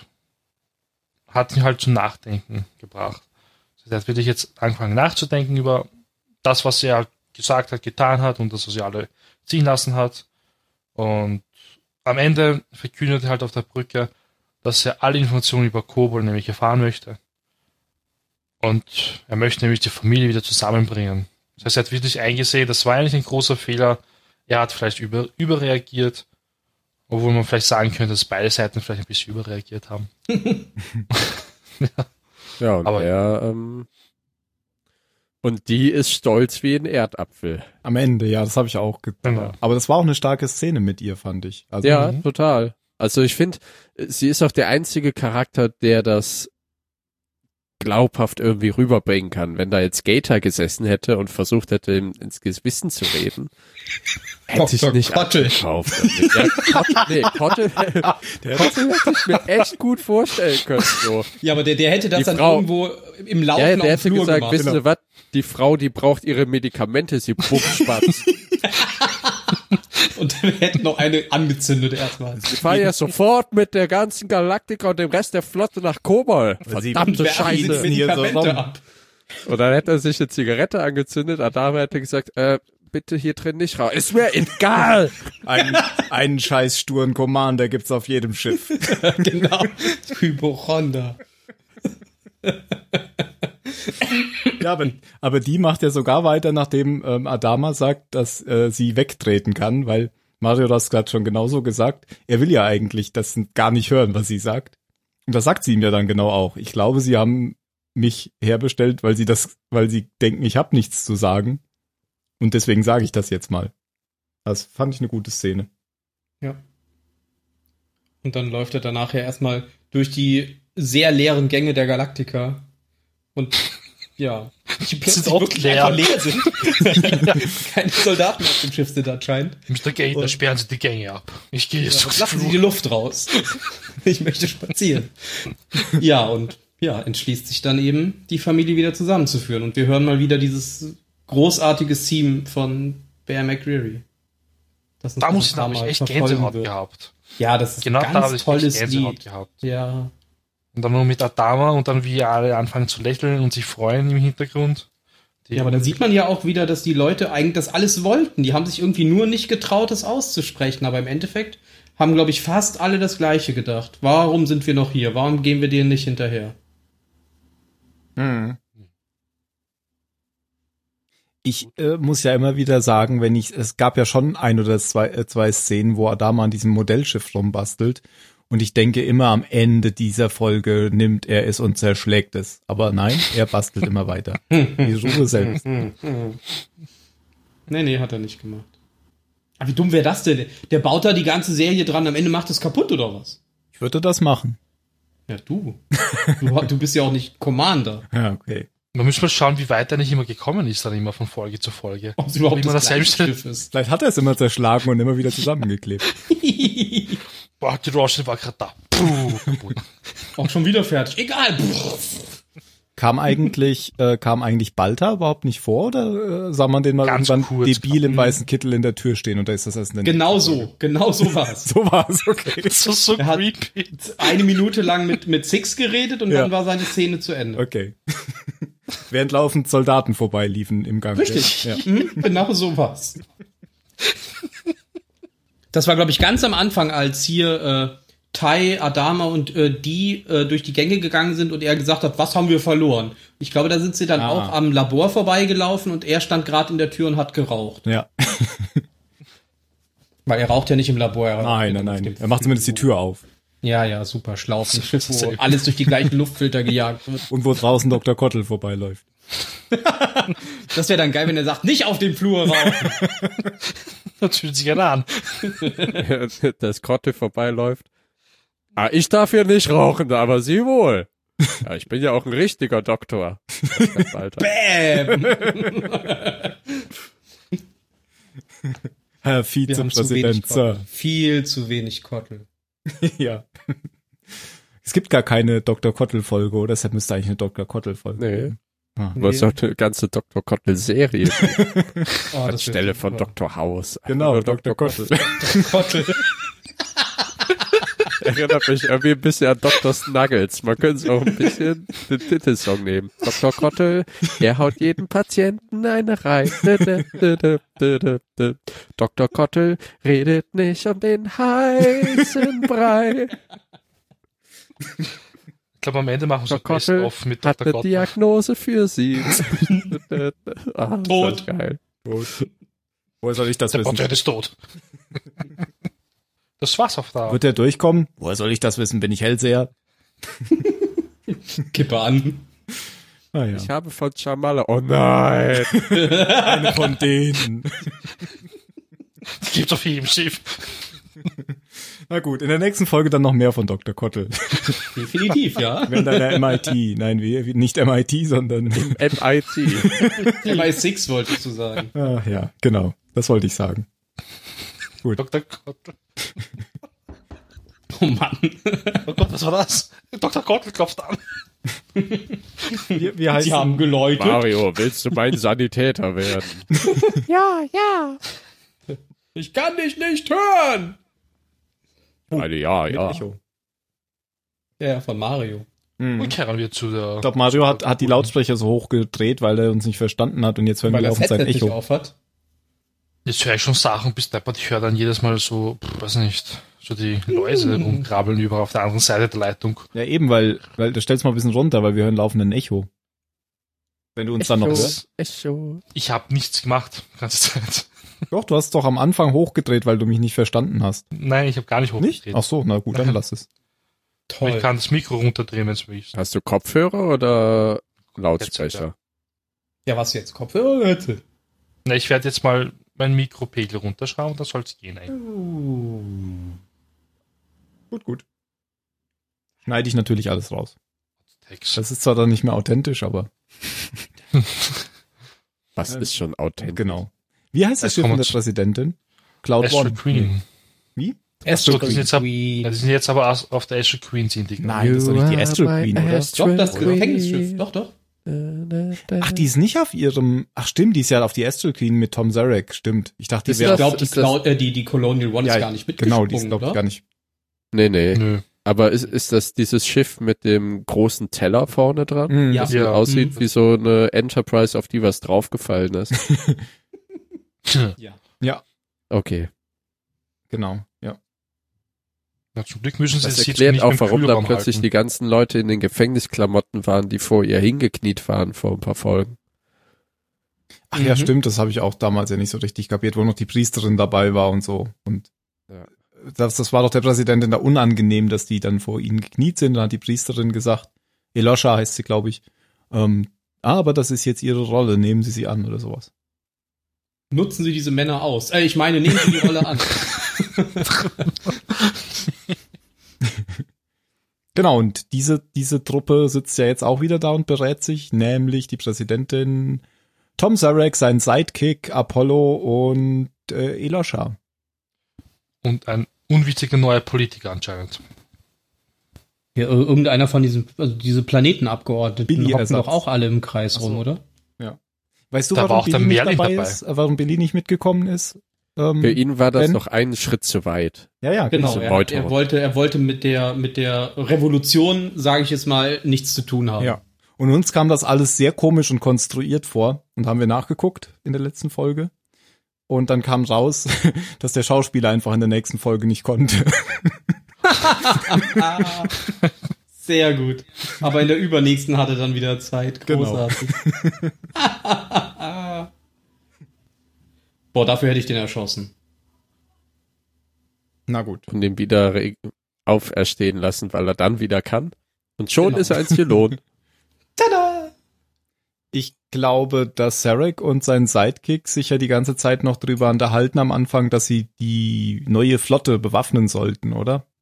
hat ihn halt zum Nachdenken gebracht. Also er hat wirklich jetzt angefangen nachzudenken über das, was er gesagt hat, getan hat und das, was er alle ziehen lassen hat. Und am Ende verkündet er halt auf der Brücke, dass er alle Informationen über Kobol nämlich erfahren möchte. Und er möchte nämlich die Familie wieder zusammenbringen. Das heißt, er hat wirklich eingesehen, das war eigentlich ein großer Fehler. Er hat vielleicht über, überreagiert, obwohl man vielleicht sagen könnte, dass beide Seiten vielleicht ein bisschen überreagiert haben. Ja, und Aber- er, ähm, und die ist stolz wie ein Erdapfel. Am Ende, ja, das habe ich auch. Ge Genau. Aber das war auch eine starke Szene mit ihr, fand ich. Also, Ja, Mhm. total. Also ich finde, sie ist auch der einzige Charakter, der das glaubhaft irgendwie rüberbringen kann. Wenn da jetzt Gator gesessen hätte und versucht hätte, ihm ins Gewissen zu reden, hätte ich Dr. nicht Kottel. abgekauft. Ja, Kottel, nee, Kottel, Kottel hätte ich mir echt gut vorstellen können. So. Ja, aber der, der hätte das Die dann Frau- irgendwo im Laufen Ja, ja, ja, der auf hätte dem Flur gesagt, gemacht. genau. wissen Sie was, die Frau, die braucht ihre Medikamente, sie Bummspatz. *laughs* Und wir hätten noch eine angezündet erstmal. Ich fahre ja sofort mit der ganzen Galaktika und dem Rest der Flotte nach Kobol. Sie- Verdammte Wer- Scheiße. hier so rum. ab. *laughs* Und dann hätte er sich eine Zigarette angezündet. Adama hätte gesagt, äh, bitte hier drin nicht raus. Ist mir egal. Ein, einen scheiß sturen Commander gibt's auf jedem Schiff. genau. Hypochonder. Ja, aber, aber die macht ja sogar weiter, nachdem ähm, Adama sagt, dass äh, sie wegtreten kann, weil Mario das gerade schon genauso gesagt. Er will ja eigentlich das gar nicht hören, was sie sagt. Und das sagt sie ihm ja dann genau auch. Ich glaube, sie haben mich herbestellt, weil sie das, weil sie denken, ich habe nichts zu sagen. Und deswegen sage ich das jetzt mal. Das fand ich eine gute Szene. Ja. Und dann läuft er danach ja erstmal durch die sehr leeren Gänge der Galaktiker. Und *laughs* ja, die plötzlich auch wirklich leer. einfach leer sind. *laughs* Keine Soldaten auf dem Schiff sind anscheinend. Mr. Gator, sperren Sie die Gänge ab. Ich gehe jetzt Ja, aufs lassen Sie die Flur. Luft raus. *laughs* Ich möchte spazieren. Ja, und ja, entschließt sich dann eben, die Familie wieder zusammenzuführen. Und wir hören mal wieder dieses großartige Theme von Bear McCreary. Das uns Da noch muss ein ich, paar Mal da habe ich echt verfolgen Gänsehaut wird. gehabt. Ja, das ist Genau ein da habe ganz ich tolles echt Gänsehaut Lied. gehabt. Ja, Und dann nur mit Adama und dann wie alle anfangen zu lächeln und sich freuen im Hintergrund. Die- Ja, aber dann sieht man ja auch wieder, dass die Leute eigentlich das alles wollten. Die haben sich irgendwie nur nicht getraut, das auszusprechen. Aber im Endeffekt haben, glaube ich, fast alle das Gleiche gedacht. Warum sind wir noch hier? Warum gehen wir denen nicht hinterher? Mhm. Ich äh, muss ja immer wieder sagen, wenn ich, es gab ja schon ein oder zwei, äh, zwei Szenen, wo Adama an diesem Modellschiff rumbastelt. Und ich denke immer am Ende dieser Folge nimmt er es und zerschlägt es. Aber nein, er bastelt immer weiter. Die Ruhe selbst. Nee, nee, hat er nicht gemacht. Aber wie dumm wäre das denn? Der baut da die ganze Serie dran, am Ende macht es kaputt oder was? Ich würde das machen. Ja, du. Du, du bist ja auch *laughs* nicht Commander. Ja, okay. Man muss mal schauen, wie weit er nicht immer gekommen ist, dann immer von Folge zu Folge. Ob es überhaupt Wie man das das gleiche selbst- Schiff ist. Vielleicht hat er es immer zerschlagen und immer wieder zusammengeklebt. Boah, die Rauschen war gerade da. Puh, kaputt. auch schon wieder fertig. Egal. Kam eigentlich, äh, kam eigentlich Balta überhaupt nicht vor oder äh, sah man den mal Ganz irgendwann kurz. debil im weißen Kittel in der Tür stehen und da ist das erst in der Genau so. Genau *laughs* so war's. *laughs* So war es, okay. Das ist so Er hat- creepy. eine Minute lang mit, mit Six geredet und Ja. dann war seine Szene zu Ende. Okay. *laughs* Während laufend Soldaten vorbeiliefen im Gang. Richtig. Ja. Hm? *laughs* Genau so war's. Das war, glaube ich, ganz am Anfang, als hier äh, Tai, Adama und äh, die äh, durch die Gänge gegangen sind und er gesagt hat, was haben wir verloren? Ich glaube, da sind sie dann Ah. auch am Labor vorbeigelaufen und er stand gerade in der Tür und hat geraucht. Ja. Weil er raucht ja nicht im Labor. Er Ah, Nein, nein, nein. Er macht zumindest die Tür auf. Ja, ja, super *laughs* schlau. auf dem Schiff, wo alles durch die gleichen Luftfilter gejagt wird. Und wo draußen Dr. Kottel vorbeiläuft. Das wäre dann geil, wenn er sagt, nicht auf dem Flur rauchen. *laughs* Das fühlt sich gerne an. dass Kotte vorbeiläuft. Ah, ich darf hier nicht rauchen, aber sie wohl. Ja, ich bin ja auch ein richtiger Doktor. sagt Balta. Bäm. Herr Wir haben zu wenig Vizepräsident, Kottel. Sir. Viel zu wenig Kottel. *laughs* Ja. Es gibt gar keine Dr. Kottel-Folge, oder? Deshalb müsste eigentlich eine Dr. Kottel-Folge. Nee. Ah. Aber es ist doch eine ganze Dr. Kottel-Serie Oh, das anstelle wird von super. Dr. House. Genau, Nur Dr. Kottel. Kottel. Erinnert mich irgendwie ein bisschen an Dr. Snuggles. Man könnte es auch ein bisschen den Titelsong nehmen. Dr. Kottel, er haut jeden Patienten eine rein. Dö, dö, dö, dö, dö, dö, dö. Dr. Kottel redet nicht um den heißen Brei. Ich glaube, am Ende machen wir so Dr. ein Kottel Best-of mit hat Dr. eine Kottel. Diagnose für sie. ah, Tot. Das ist geil. Woher soll ich das Der wissen? Botörn ist tot. Das war's auf da. Wird er durchkommen? Woher soll ich das wissen? Bin ich Hellseher? Kippe an. Ah ja, Ich habe von Chamala. Oh nein. eine von denen. Das gibt's auf jedem Schiff. *laughs* Na gut, in der nächsten Folge dann noch mehr von Dr. Kottel. *laughs* Definitiv, ja. Wenn dann der MIT. Nein, wie, wie- nicht MIT, sondern... MIT. MI6 wolltest du sagen. Ah, ja, genau. Das wollte ich sagen. Dr. Kottel. *laughs* Oh Mann. Oh Gott, was war das? Dr. Kottel klopft an. Wir, wir Sie haben geläutet. Mario, willst du mein Sanitäter werden? Ich kann dich nicht hören. Eine, ja, ja. Ich glaube, Ja, von Mario. Und kehren wir zu der. Mhm. Mario hat, hat die Lautsprecher so hoch gedreht, weil er uns nicht verstanden hat und jetzt hören Weil wir er auf sein Headset nicht Echo. auf hat. Jetzt höre ich schon Sachen bis deppert. Ich höre dann jedes Mal so, pff, weiß nicht, so die Läuse rumkrabbeln über auf der anderen Seite der Leitung. Ja, eben, weil, weil da stellst mal ein bisschen runter, weil wir hören laufenden Echo. Wenn du uns dann noch Echo. hörst. Echo. Ich habe nichts gemacht, die ganze Zeit. Doch, du hast doch am Anfang hochgedreht, weil du mich nicht verstanden hast. Nein, ich habe gar nicht Nicht? hochgedreht. Ach so, na gut, dann lass es. Aber Toll. ich kann das Mikro runterdrehen, wenn es will. Hast du Kopfhörer oder Lautsprecher? Ja, was jetzt? Kopfhörer? Leute? Na, ich werde jetzt mal mein Mikropegel runterschrauben, dann soll es gehen Mhm. eigentlich. Gut, gut. Schneide ich natürlich alles raus. Text. Das ist zwar dann nicht mehr authentisch, aber Was ist schon authentisch? genau. Wie heißt das Jetzt Schiff kommen von wir der zu- Präsidentin? Cloud Astral One. Queen. Astro Ach so, das ist jetzt ab- Ja, Queen. die sind jetzt aber aus- auf der Astral Queen sind die. Nein, das ist doch nicht die Astral Queen, oder? Doch, das Gefängnisschiff. Doch, doch. Ähm. Ach, die ist nicht auf ihrem. Ach, stimmt, die ist ja auf die Astral Queen mit Tom Zarek, stimmt. Ich dachte, die Ist wäre. Ich Das glaube, die, ist das- Cloud- äh, die, die Colonial One Ja, ist gar nicht mitgesprungen, ne? Genau, die ist, glaube ich, oder? gar nicht. Nee, nee. Nö. Aber ist, ist das dieses Schiff mit dem großen Teller vorne dran? Mhm. Ja. Das so Ja. aussieht Mhm. wie so eine Enterprise, auf die was draufgefallen ist. Okay. Genau, ja. *laughs* Na, zum Glück müssen sie Das es jetzt erklärt nicht auch, im warum da Kühlraum plötzlich halten. die ganzen Leute in den Gefängnisklamotten waren, die vor ihr hingekniet waren vor ein paar Folgen. Ach ja, Mhm. stimmt, das habe ich auch damals ja nicht so richtig kapiert, wo noch die Priesterin dabei war und so. Und äh, Ja. das, das war doch der Präsidentin da unangenehm, dass die dann vor ihnen gekniet sind. Dann hat die Priesterin gesagt, Elosha heißt sie, glaube ich. Ähm, ah, aber das ist jetzt ihre Rolle, nehmen Sie sie an oder sowas. Nutzen Sie diese Männer aus. Äh, ich meine, nehmen Sie die Rolle an. Genau, und diese, diese Truppe sitzt ja jetzt auch wieder da und berät sich, nämlich die Präsidentin Tom Zarek, sein Sidekick, Apollo und äh, Elosha. Und ein unwichtiger neuer Politiker anscheinend. *laughs* Ja, ir- irgendeiner von diesen, also diese Planetenabgeordneten Billy hocken Ersatz. doch auch alle im Kreis Ach so. rum, oder? Weißt du, Da war warum auch der Billy nicht dabei, Merlin dabei. ist? Äh, Warum Billy nicht mitgekommen ist? Ähm, Für ihn war das Ben? noch einen Schritt zu weit. ja, ja, Genau, Diese er, Meuterer. er wollte, er wollte mit der, mit der Revolution, sage ich jetzt mal, nichts zu tun haben. Ja. Und uns kam das alles sehr komisch und konstruiert vor und haben wir nachgeguckt in der letzten Folge. Und dann kam raus, *laughs* dass der Schauspieler einfach in der nächsten Folge nicht konnte. Ah, sehr gut. *laughs* Aber in der übernächsten hatte dann wieder Zeit. Genau. *laughs* Großartig. Boah, dafür hätte ich den erschossen. Na gut. und ihn um wieder re- auferstehen lassen, weil er dann wieder kann. Und schon Genau. ist er ein Zylon. Tada! Ich glaube, dass Sarek und sein Sidekick sich ja die ganze Zeit noch drüber unterhalten am Anfang, dass sie die neue Flotte bewaffnen sollten, oder? *laughs*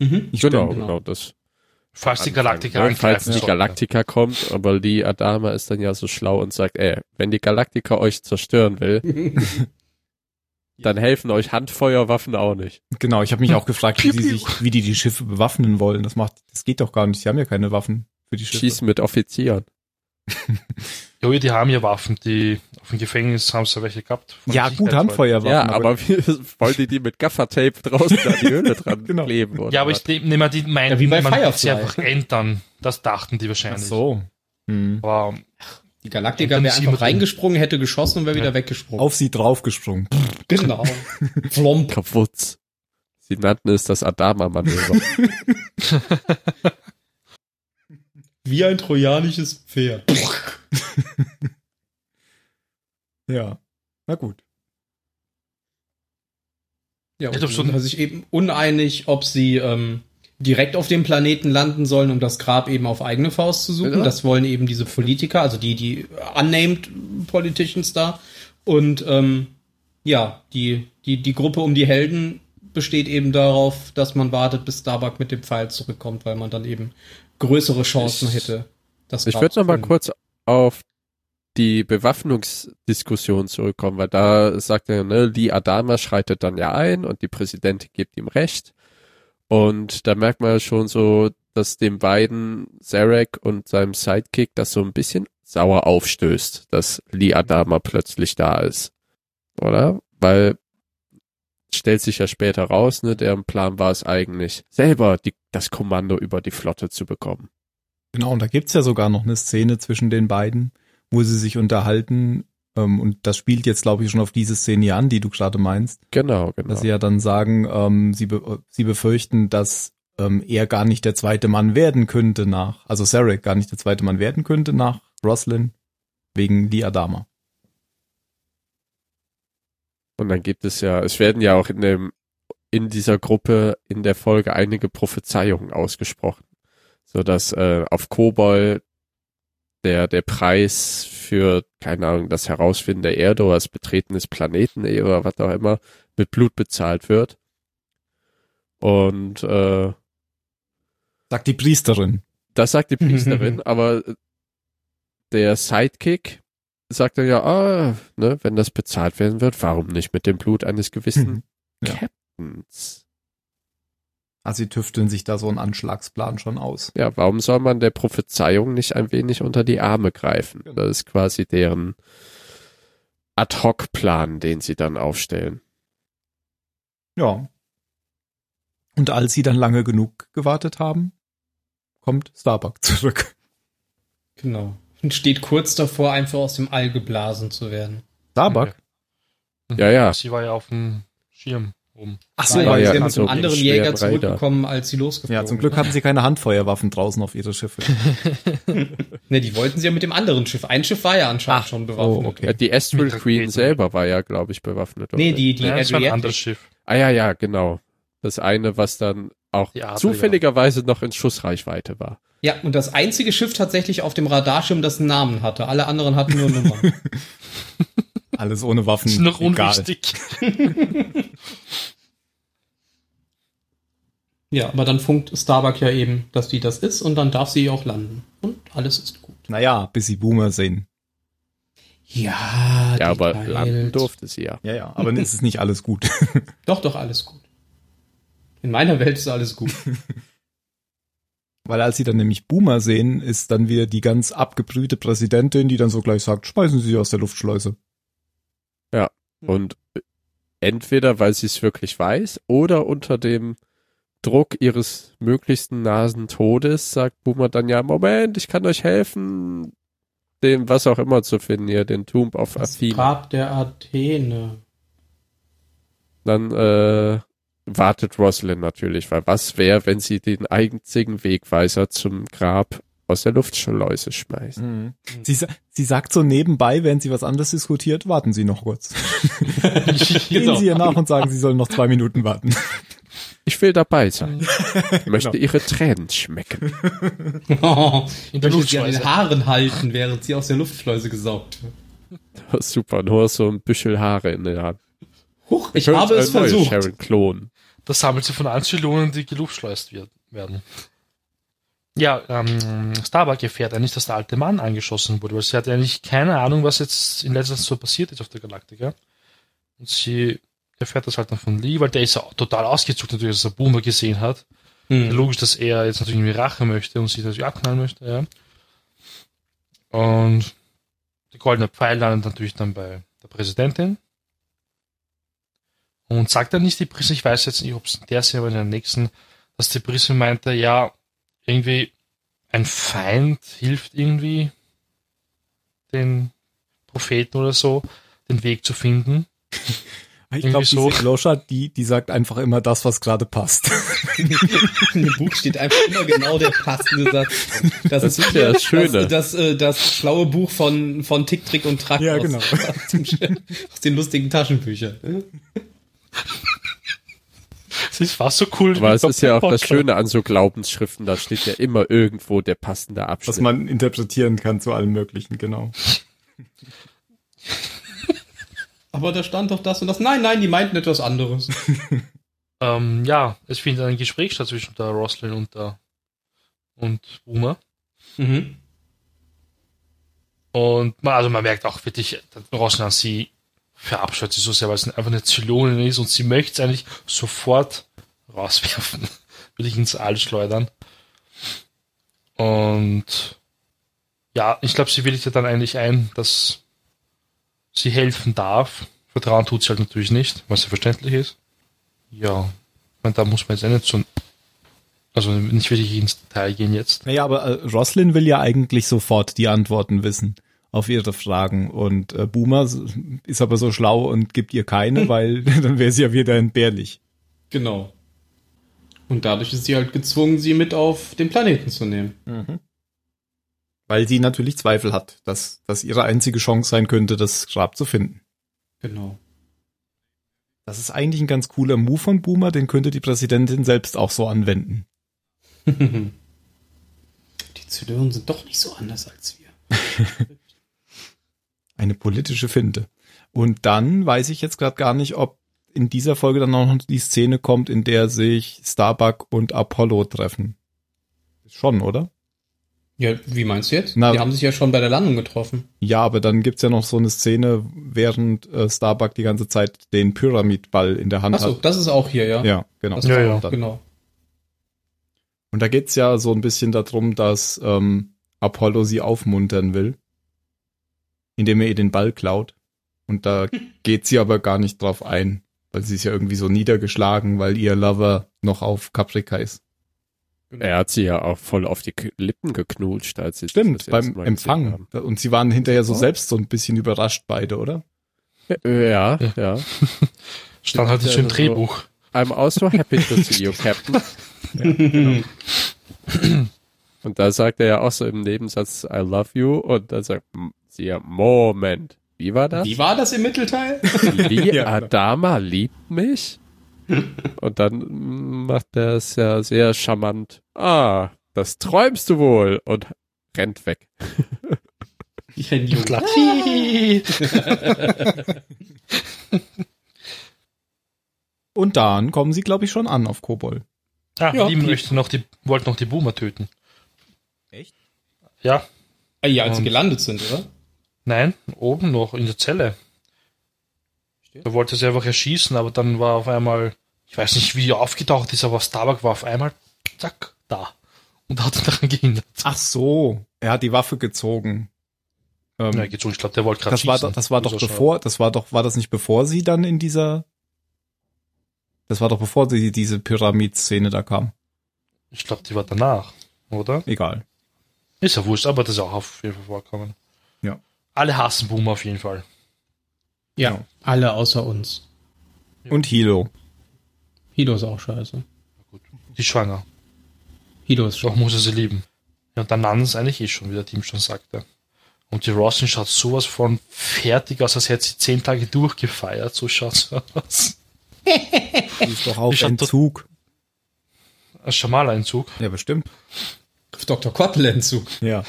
Mhm. Ich genau, stimme. genau das. Falls die Galaktiker Ja, ne? Falls angreifen die sollten. Galaktiker kommt, aber die Adama ist dann ja so schlau und sagt, ey, wenn die Galaktiker euch zerstören will, dann helfen euch Handfeuerwaffen auch nicht. Genau, ich habe mich auch gefragt, *laughs* wie, Piu, die piu. sich, wie die die Schiffe bewaffnen wollen. Das macht, das geht doch gar nicht. Sie haben ja keine Waffen für die Schiffe. Schießen mit Offizieren. Jo, die haben ja Waffen, die auf dem Gefängnis haben sie welche gehabt. Von Ja, Sicherheitsleuten. gut, Handfeuerwaffen. halt ja, aber wie, *laughs* wollen die die mit Gaffertape draußen an die Höhle *laughs* dran Genau. kleben? Oder Ja, aber was? ich nehme mal die meinen, Ja, wie bei man wird sie Firefly. einfach ändern. Das dachten die Ach wahrscheinlich. so. Hm. Aber Die Galaktiker Dann wäre ist einfach sie mit- reingesprungen, hätte geschossen und wäre wieder Ja. weggesprungen. Auf sie draufgesprungen. genau. Flomp. kaputt. Sie nannten es das Adama-Manöver. Wie ein trojanisches Pferd. Ja. Na gut. Ja, Ich und glaub, so man ein- war sich eben uneinig, ob sie ähm, direkt auf dem Planeten landen sollen, um das Grab eben auf eigene Faust zu suchen. Ja. Das wollen eben diese Politiker, also die, die unnamed Politicians da. Und ähm, ja, die, die, die Gruppe um die Helden besteht eben darauf, dass man wartet, bis Starbuck mit dem Pfeil zurückkommt, weil man dann eben größere Chancen Ich- hätte. Das Ich Grab würde zu noch mal finden. kurz auf die Bewaffnungsdiskussion zurückkommen, weil da sagt er, ne, Lee Adama schreitet dann ja ein und die Präsidentin gibt ihm recht. Und da merkt man ja schon so, dass dem beiden Zarek und seinem Sidekick das so ein bisschen sauer aufstößt, dass Lee Adama plötzlich da ist. Oder? Weil stellt sich ja später raus, ne, deren Plan war es eigentlich, selber die, das Kommando über die Flotte zu bekommen. Genau, und da gibt's ja sogar noch eine Szene zwischen den beiden, wo sie sich unterhalten Ähm, und das spielt jetzt, glaube ich, schon auf diese Szene hier an, die du gerade meinst, Genau, genau. dass sie ja dann sagen, ähm, sie, be sie befürchten, dass ähm, er gar nicht der zweite Mann werden könnte nach, also Sarek gar nicht der zweite Mann werden könnte nach Roslyn wegen Lee Adama. Und dann gibt es ja, es werden ja auch in dem, in dieser Gruppe in der Folge einige Prophezeiungen ausgesprochen, so dass äh, auf Kobol der der Preis für keine Ahnung das Herausfinden der Erde oder das Betreten des Planeten eh, oder was auch immer mit Blut bezahlt wird. Und äh, Sagt die Priesterin. das sagt die Priesterin, aber der Sidekick sagt dann ja, ah, ne, wenn das bezahlt werden wird, warum nicht mit dem Blut eines gewissen Mhm, ja. Captains? *laughs* Also sie tüfteln sich da so einen Anschlagsplan schon aus. Ja, warum soll man der Prophezeiung nicht ein wenig unter die Arme greifen? Genau. Das ist quasi deren Ad-Hoc-Plan, den sie dann aufstellen. Ja. Und als sie dann lange genug gewartet haben, kommt Starbuck zurück. Genau. Und steht kurz davor, einfach aus dem All geblasen zu werden. Starbuck? Ja, ja. Sie war ja auf dem Schirm oben. Ach Weil ja, sie ja, mit also einem anderen schweren Jäger Reiter. zurückgekommen, als sie losgeflogen Ja, zum Glück hatten sie keine Handfeuerwaffen draußen auf ihre *laughs* Schiffe. Ne, die wollten sie ja mit dem anderen Schiff. Ein Schiff war ja anscheinend schon bewaffnet. Oh, okay. Ja, die Astral Mit Raketen. Queen selber war ja, glaube ich, bewaffnet. Nee, die, die ja, das war ein Adriatic. anderes Schiff. Ah ja, ja, genau. Das eine, was dann auch Die Adler, zufälligerweise noch in Schussreichweite war. Ja, und das einzige Schiff tatsächlich auf dem Radarschirm, das einen Namen hatte. Alle anderen hatten nur *laughs* Nummern. Alles ohne Waffen. Ist noch Hm, egal. unwichtig. ja, aber dann funkt Starbuck ja eben, dass die das ist und dann darf sie auch landen. Und alles ist gut. Naja, bis sie Boomer sehen. Ja, Ja, aber die landen teilt. durfte sie ja. Ja, ja, aber dann ist es nicht alles gut. *laughs* Doch, doch, alles gut. In meiner Welt ist alles *laughs* gut. Weil als sie dann nämlich Boomer sehen, ist dann wieder die ganz abgebrühte Präsidentin, die dann so gleich sagt, speisen Sie aus der Luftschleuse. Mhm. Und äh, entweder, weil sie es wirklich weiß, oder unter dem Druck ihres möglichsten nasen Todes sagt Boomer dann ja, Moment, ich kann euch helfen, den was auch immer zu finden hier, den Tomb of Das Athena. Grab der *laughs* Athene. Dann äh, wartet Rosalind natürlich, weil was wäre, wenn sie den einzigen Wegweiser zum Grab aus der Luftschleuse schmeißt? Mhm. Sie, sa- sie sagt so nebenbei, während sie was anderes diskutiert, warten Sie noch kurz. *laughs* Genau. Gehen Sie ihr nach und sagen, Sie sollen noch zwei Minuten warten. Ich will Mhm. dabei sein. *laughs* Ich möchte Genau. ihre Tränen schmecken. *laughs* Oh, In in der sie an der den Luftschleuse. Haaren halten, während sie aus der Luftschleuse gesaugt wird. Super, nur so ein Büschel Haare in der Hand. Huch, ich Könnt habe ein es neues versucht. Sharon Klon. Das sammelt sie von Anzyllonen, die geluftschleust wird, werden. Ja, ähm, Starbuck erfährt eigentlich, dass der alte Mann angeschossen wurde, weil sie hat eigentlich keine Ahnung, was jetzt in letzter Zeit so passiert ist auf der Galaktika. Und sie erfährt das halt dann von Lee, weil der ist ja total ausgezuckt natürlich, dass er Boomer gesehen hat. Ja, Mhm. Hm. Logisch, dass er jetzt natürlich irgendwie Rache möchte und sich natürlich abknallen möchte, ja. Und der goldene Pfeil landet natürlich dann bei der Präsidentin. Und sagt dann nicht die Prise, ich weiß jetzt nicht, ob es in der Szene oder in der nächsten, dass die Prise meinte, ja, irgendwie ein Feind hilft irgendwie den Propheten oder so, den Weg zu finden. *laughs* Ich Irgendwie glaube, so. diese Gloscha, die, die sagt einfach immer das, was gerade passt. In dem Buch steht einfach immer genau der passende Satz. Das, ist wieder ja das Schöne. Das, das, äh, das schlaue Buch von, von Tick, Trick und Track Ja, aus, genau. *laughs* aus, dem, aus den lustigen Taschenbüchern. Das ist fast so *laughs* cool. Aber wie es der ist ja auch das Podcast. Schöne an so Glaubensschriften, da steht ja immer irgendwo der passende Was Abschnitt. man interpretieren kann zu allem Möglichen, genau. Aber da stand doch das und das. Nein, nein, die meinten etwas anderes. Ähm, ja, es findet ein Gespräch statt zwischen der Roslyn und der und Boomer. Mhm. Und man, also man merkt auch wirklich, dass Roslyn sie verabscheut sie so sehr, weil sie einfach eine Zylonin ist und sie möchte es eigentlich sofort rauswerfen. *laughs* Will ich ins All schleudern. Und ja, ich glaube, sie willigt ja dann eigentlich ein, dass sie helfen darf. Vertrauen tut sie halt natürlich nicht, was ja verständlich ist. Ja, ich meine, da muss man jetzt eh nicht so, also nicht wirklich ins Detail gehen jetzt. Naja, aber äh, Roslin will ja eigentlich sofort die Antworten wissen. auf ihre Fragen. Und äh, Boomer ist aber so schlau und gibt ihr *laughs* keine, weil dann wäre sie ja wieder entbehrlich. Genau. Und dadurch ist sie halt gezwungen, sie mit auf den Planeten zu nehmen. Mhm. Weil sie natürlich Zweifel hat, dass das ihre einzige Chance sein könnte, das Grab zu finden. *laughs* Genau. Das ist eigentlich ein ganz cooler Move von Boomer, den könnte die Präsidentin selbst auch so anwenden. Die Zylonen sind doch nicht so anders als wir. Eine politische Finte. Und dann weiß ich jetzt gerade gar nicht, ob in dieser Folge dann auch noch die Szene kommt, in der sich Starbuck und Apollo treffen. Schon, oder? Ja, wie meinst du jetzt? Na- die haben sich ja schon bei der Landung getroffen. Ja, aber dann gibt's ja noch so eine Szene, während äh, Starbuck die ganze Zeit den Pyramidball in der Hand Achso, hat. das ist auch hier, ja. Ja, genau. Das Ja, ist ja. auch, Genau. Und da geht's ja so ein bisschen darum, dass ähm, Apollo sie aufmuntern will, indem er ihr den Ball klaut. Und da geht sie aber gar nicht drauf ein, weil sie ist ja irgendwie so niedergeschlagen, weil ihr Lover noch auf Caprica ist. genau. Er hat sie ja auch voll auf die K- Lippen geknutscht, als sie Stimmt, das erste beim Mal gesehen Empfang. haben. Und sie waren hinterher so selbst so ein bisschen überrascht beide, oder? Ja, ja. Stand halt nicht so im Ja, so. Drehbuch. I'm also happy to see you, Captain. genau. Und da sagt er ja auch so im Nebensatz, I love you. Und dann sagt m- sie ja, Moment, wie war das? Wie war das *laughs* im Mittelteil? Wie Ja, genau. Adama liebt mich? Und dann mm, macht er es ja sehr charmant. Ah, das träumst du wohl. Und rennt weg. ja, die Jugend. *laughs* Und dann kommen sie, glaube ich, schon an auf Kobol. Ah, Ja, die die- möchte noch die, wollte noch die Boomer töten. Echt? Ja, Ah, ja, als sie Und- gelandet sind, oder? nein, oben noch in der Zelle. Da wollte sie einfach erschießen, aber dann war auf einmal, ich weiß nicht, wie er aufgetaucht ist, aber Starbuck war auf einmal, zack, da. Und hat ihn daran gehindert. Ach so, er hat die Waffe gezogen. Ähm, Na, geht's so, ich glaube, der wollte gerade das schießen. war, doch- das war doch Dieser Schau- bevor, das war doch, war das nicht bevor sie dann in dieser, das war doch bevor sie diese Pyramid-Szene da kam. Ich glaube, die war danach, oder? Egal. Ist ja wurscht, aber das ist auch auf jeden Fall vorkommen. Ja. Alle hassen Boomer auf jeden Fall. Ja, Genau. alle außer uns. Und Hilo. Hilo ist auch scheiße. Die ist schwanger. Hilo ist Doch schon. muss er sie lieben. Ja, und dann landen sie eigentlich eh schon, wie der Team schon sagte. Und die Rossin schaut sowas von fertig aus, als hätte sie zehn Tage durchgefeiert. So schaut's *laughs* aus. Die ist doch auf Ich hab Entzug. Ein Schamaleinzug. Ja, bestimmt. Dr. Kottelentzug. Ja.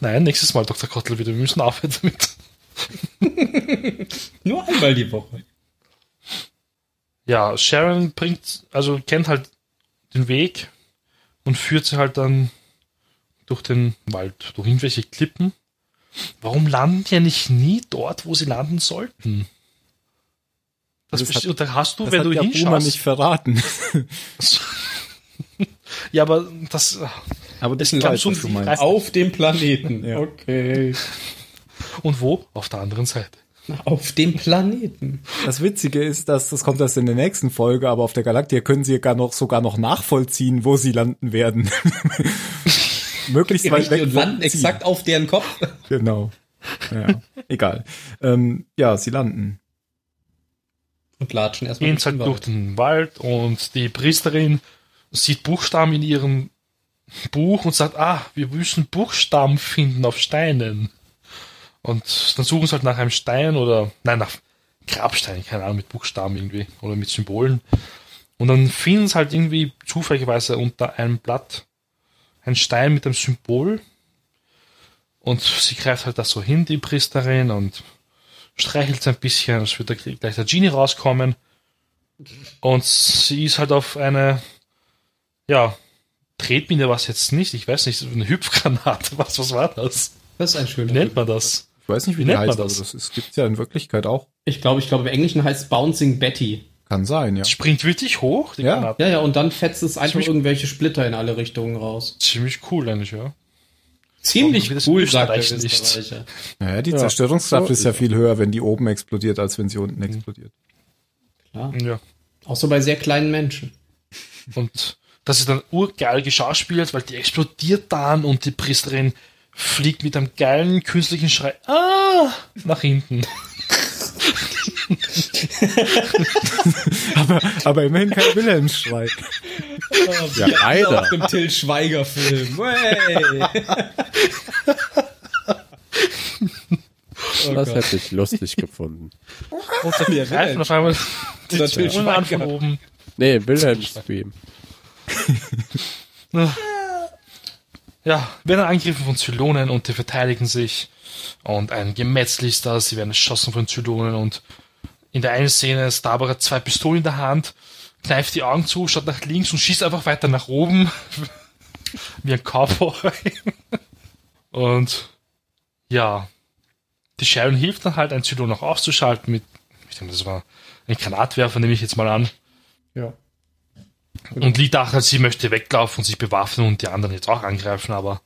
Nein, nächstes Mal Dr. Kottel wieder. Wir müssen aufhören damit. Nur einmal die Woche. Ja, Sharon bringt, also kennt halt den Weg und führt sie halt dann durch den Wald, durch irgendwelche Klippen. Warum landen die ja nicht nie dort, wo sie landen sollten? Das, Das besti- hat- und da hast du, Das wenn hat du ja Boomer hinschaust. nicht verraten. Ja, aber das. Aber das Es kam weiß, so was du viel meinst. rein. Auf dem *laughs* Planeten. Ja. Okay. Und wo? Auf der anderen Seite. Auf dem Planeten. Das Witzige ist, dass das kommt erst in der nächsten Folge, aber auf der Galaktia können sie ja gar noch, sogar noch nachvollziehen, wo sie landen werden. *laughs* Möglichst weit Richtig weg. und vom landen Ziel. exakt auf deren Kopf. *laughs* Genau. Ja, egal. Ähm, ja, sie landen. Und latschen erstmal. Gehen halt durch den durch den Wald und die Priesterin sieht Buchstaben in ihrem Buch und sagt: Ah, wir müssen Buchstaben finden auf Steinen. Und dann suchen sie halt nach einem Stein oder, nein, nach Grabsteinen, keine Ahnung, mit Buchstaben irgendwie oder mit Symbolen. Und dann finden sie halt irgendwie zufälligerweise unter einem Blatt einen Stein mit einem Symbol. Und sie greift halt da so hin, die Priesterin, und streichelt ein bisschen. Es wird da gl- gleich der Genie rauskommen. Und sie ist halt auf eine, ja, Tretmine war es jetzt nicht, ich weiß nicht, eine Hüpfgranate, *laughs* was, was war das? Das ist ein schöner Wie nennt Film. man das? Ich weiß nicht, wie, Wie die nennt man heißt, aber das? das ist, gibt's ja in Wirklichkeit auch. Ich glaube, ich glaube, im Englischen heißt es Bouncing Betty. Kann sein, ja. Springt wirklich hoch, die Ja. Granate. Ja, ja, und dann fetzt es einfach Ziemlich- irgendwelche Splitter in alle Richtungen raus. Ziemlich cool eigentlich, ja. Ziemlich Warum wird es cool, in sagt der Österreich nicht? Österreicher. Naja, die Ja, Zerstörungskraft so ist ja ist viel höher, wenn die oben explodiert, als wenn sie unten explodiert. Ja. Außer bei sehr kleinen Menschen. Und das ist dann urgeil geschauspielert, weil die explodiert dann und die Priesterin fliegt mit einem geilen künstlichen Schrei ah, nach hinten. aber, aber immerhin kein Wilhelmsschrei. Ja, genau. leider. Auf Oh dem Till Schweiger *laughs* Film. Hey. das hätte ich lustig gefunden. Roter Ja, Reifen auf einmal *laughs* die Oder Till Zone an von Schweiger. oben. Nee, Wilhelm-Stream. Ja, werden angegriffen von Zylonen und die verteidigen sich. Und ein Gemetzel ist da, sie werden erschossen von Zylonen und in der einen Szene, Starbuck hat zwei Pistolen in der Hand, kneift die Augen zu, schaut nach links und schießt einfach weiter nach oben. *laughs* Wie ein Cowboy. Und ja, die Sharon hilft dann halt, ein Zylon noch auszuschalten mit, ich denke, das war ein Granatwerfer, nehme ich jetzt mal an. Ja. Und Lee dachte, sie möchte weglaufen und sich bewaffnen und die anderen jetzt auch angreifen, aber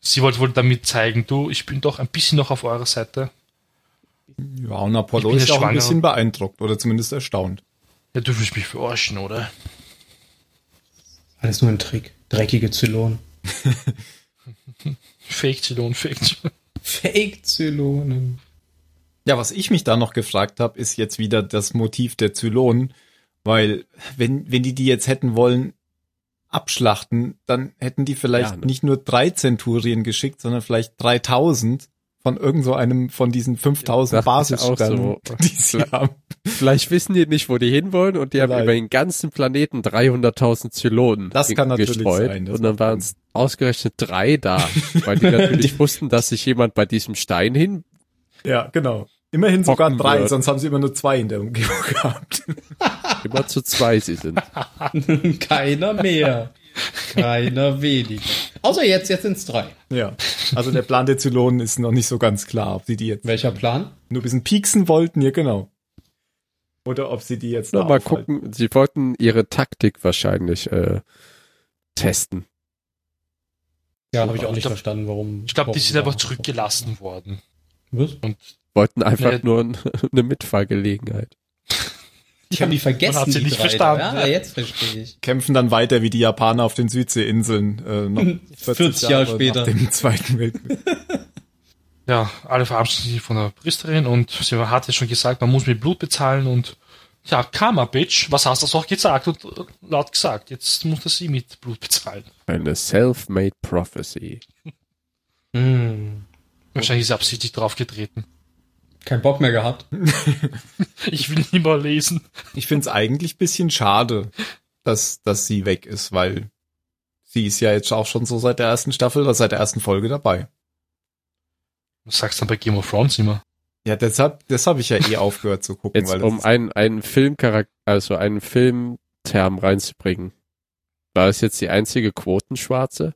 sie wollte wohl damit zeigen, du, ich bin doch ein bisschen noch auf eurer Seite. Ja, und Apollo Ich bin ist auch schwanger. ein bisschen beeindruckt oder zumindest erstaunt. Ja, du willst mich verarschen, oder? Alles nur ein Trick. Dreckige Zylonen. Fake Zylon, Fake Zylon. Fake-Zylonen. Ja, was ich mich da noch gefragt habe, ist jetzt wieder das Motiv der Zylonen, weil wenn, wenn die die jetzt hätten wollen abschlachten, dann hätten die vielleicht Ja, ne? nicht nur drei Zenturien geschickt, sondern vielleicht 3000 von irgend so einem von diesen 5000 dachte ich auch Basissternen, so. *laughs* die sie haben. Vielleicht wissen die nicht, wo die hinwollen und die haben Vielleicht. über den ganzen Planeten 300.000 Zylonen Das kann natürlich gestreut sein, das und dann kann waren es ausgerechnet drei da, *laughs* weil die natürlich wussten, dass sich jemand bei diesem Stein hin. Ja, genau. Immerhin sogar Hocken drei, wird. sonst haben sie immer nur zwei in der Umgebung *laughs* gehabt. Immer zu zwei sie sind. *laughs* Keiner mehr. Keiner weniger. Außer jetzt, jetzt sind's drei. ja. Also der Plan der Zylonen ist noch nicht so ganz klar, ob sie die jetzt Welcher Plan? nur ein bisschen pieksen wollten, ja genau. Oder ob sie die jetzt Na, da mal aufhalten. gucken. Sie wollten ihre Taktik wahrscheinlich äh, testen. Ja, habe ich auch Ich nicht glaub- verstanden, warum. Ich glaube, die warum sind wir einfach machen. zurückgelassen worden. Was? Wollten einfach Nee. nur ein, *laughs* eine Mitfahrgelegenheit. Ich habe die vergessen. Man hat sie die nicht drei. verstanden. Ja, jetzt verstehe ich. kämpfen dann weiter wie die Japaner auf den Südseeinseln äh, *laughs* noch 40, 40 Jahre später. nach dem Zweiten Weltkrieg. Ja, alle verabschieden sich von der Priesterin und sie hat ja schon gesagt, man muss mit Blut bezahlen und ja, Karma, Bitch, was hast du auch gesagt und äh, laut gesagt? Jetzt musste sie mit Blut bezahlen. Eine self-made prophecy. Hm. Wahrscheinlich ist sie absichtlich draufgetreten. Kein Bock mehr gehabt. Ich will nie mal lesen. Ich finde es eigentlich bisschen schade, dass, dass sie weg ist, weil sie ist ja jetzt auch schon so seit der ersten Staffel oder seit der ersten Folge dabei. Was sagst du dann bei Game of Thrones immer? Ja, deshalb, das habe ich ja eh *laughs* aufgehört zu gucken, Jetzt weil das um ist- einen, einen Filmcharakter, also einen Filmterm reinzubringen. War es jetzt die einzige Quotenschwarze?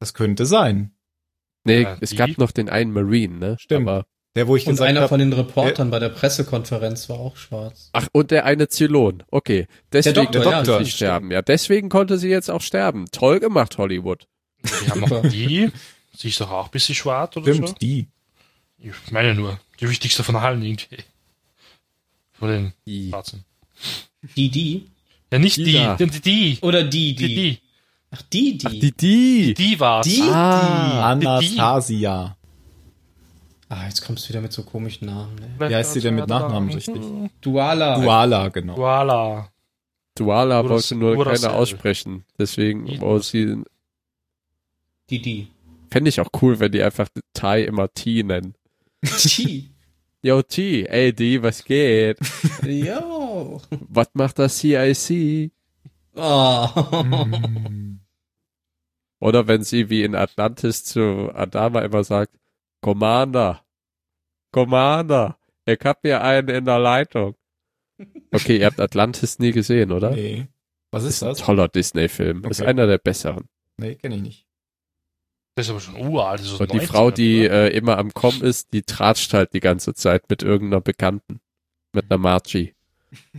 das könnte sein. Nee, Ja, es die- gab noch den einen Marine, ne? Stimmt. Aber, Der, wo ich Und gesagt einer habe, von den Reportern bei der Pressekonferenz war auch schwarz. ach, und der eine Zylon. Okay. Deswegen Doktor, ja, konnte sie stimmt. sterben. Ja, deswegen konnte sie jetzt auch sterben. Toll gemacht, Hollywood. Wir haben noch Super. die. Sie ist doch auch ein bisschen schwarz oder so. stimmt, die. Ich meine nur, die wichtigste von allen irgendwie. Von den Die- Schwarzen. Die, die? Ja, nicht die, Die da. die, die, die, Oder die, die, die? die, Ach, die, die. Die, die. die war's. Die, Ah. Anastasia. Ah, jetzt kommst du wieder mit so komischen Namen. Ne? Wie heißt sie denn mit Nachnamen richtig? Duala. Duala, *laughs* genau. Voila. Duala Oder- wollte nur oder keiner äh, Sel. aussprechen. Deswegen, Die- oh, sie, Die, *laughs* die. fände ich auch cool, wenn die einfach Tai immer T nennen. Die. Yo, T, ey, D, *laughs* was geht? Jo. was macht das CIC? Oh. Oder wenn sie wie in Atlantis zu Adama immer sagt, Commander, Commander, ich hab hier einen in *laughs* der Leitung. Okay, ihr habt Atlantis nie gesehen, oder? Nee. Was ist Ist ein das? toller Disney-Film. Ist Okay. einer der besseren. Nee, kenne ich nicht. Das ist aber schon uralt. Das ist so Und die 90er, Frau, die oder? äh, immer am Kommen ist, die tratscht halt die ganze Zeit mit irgendeiner Bekannten. Mit einer Margie.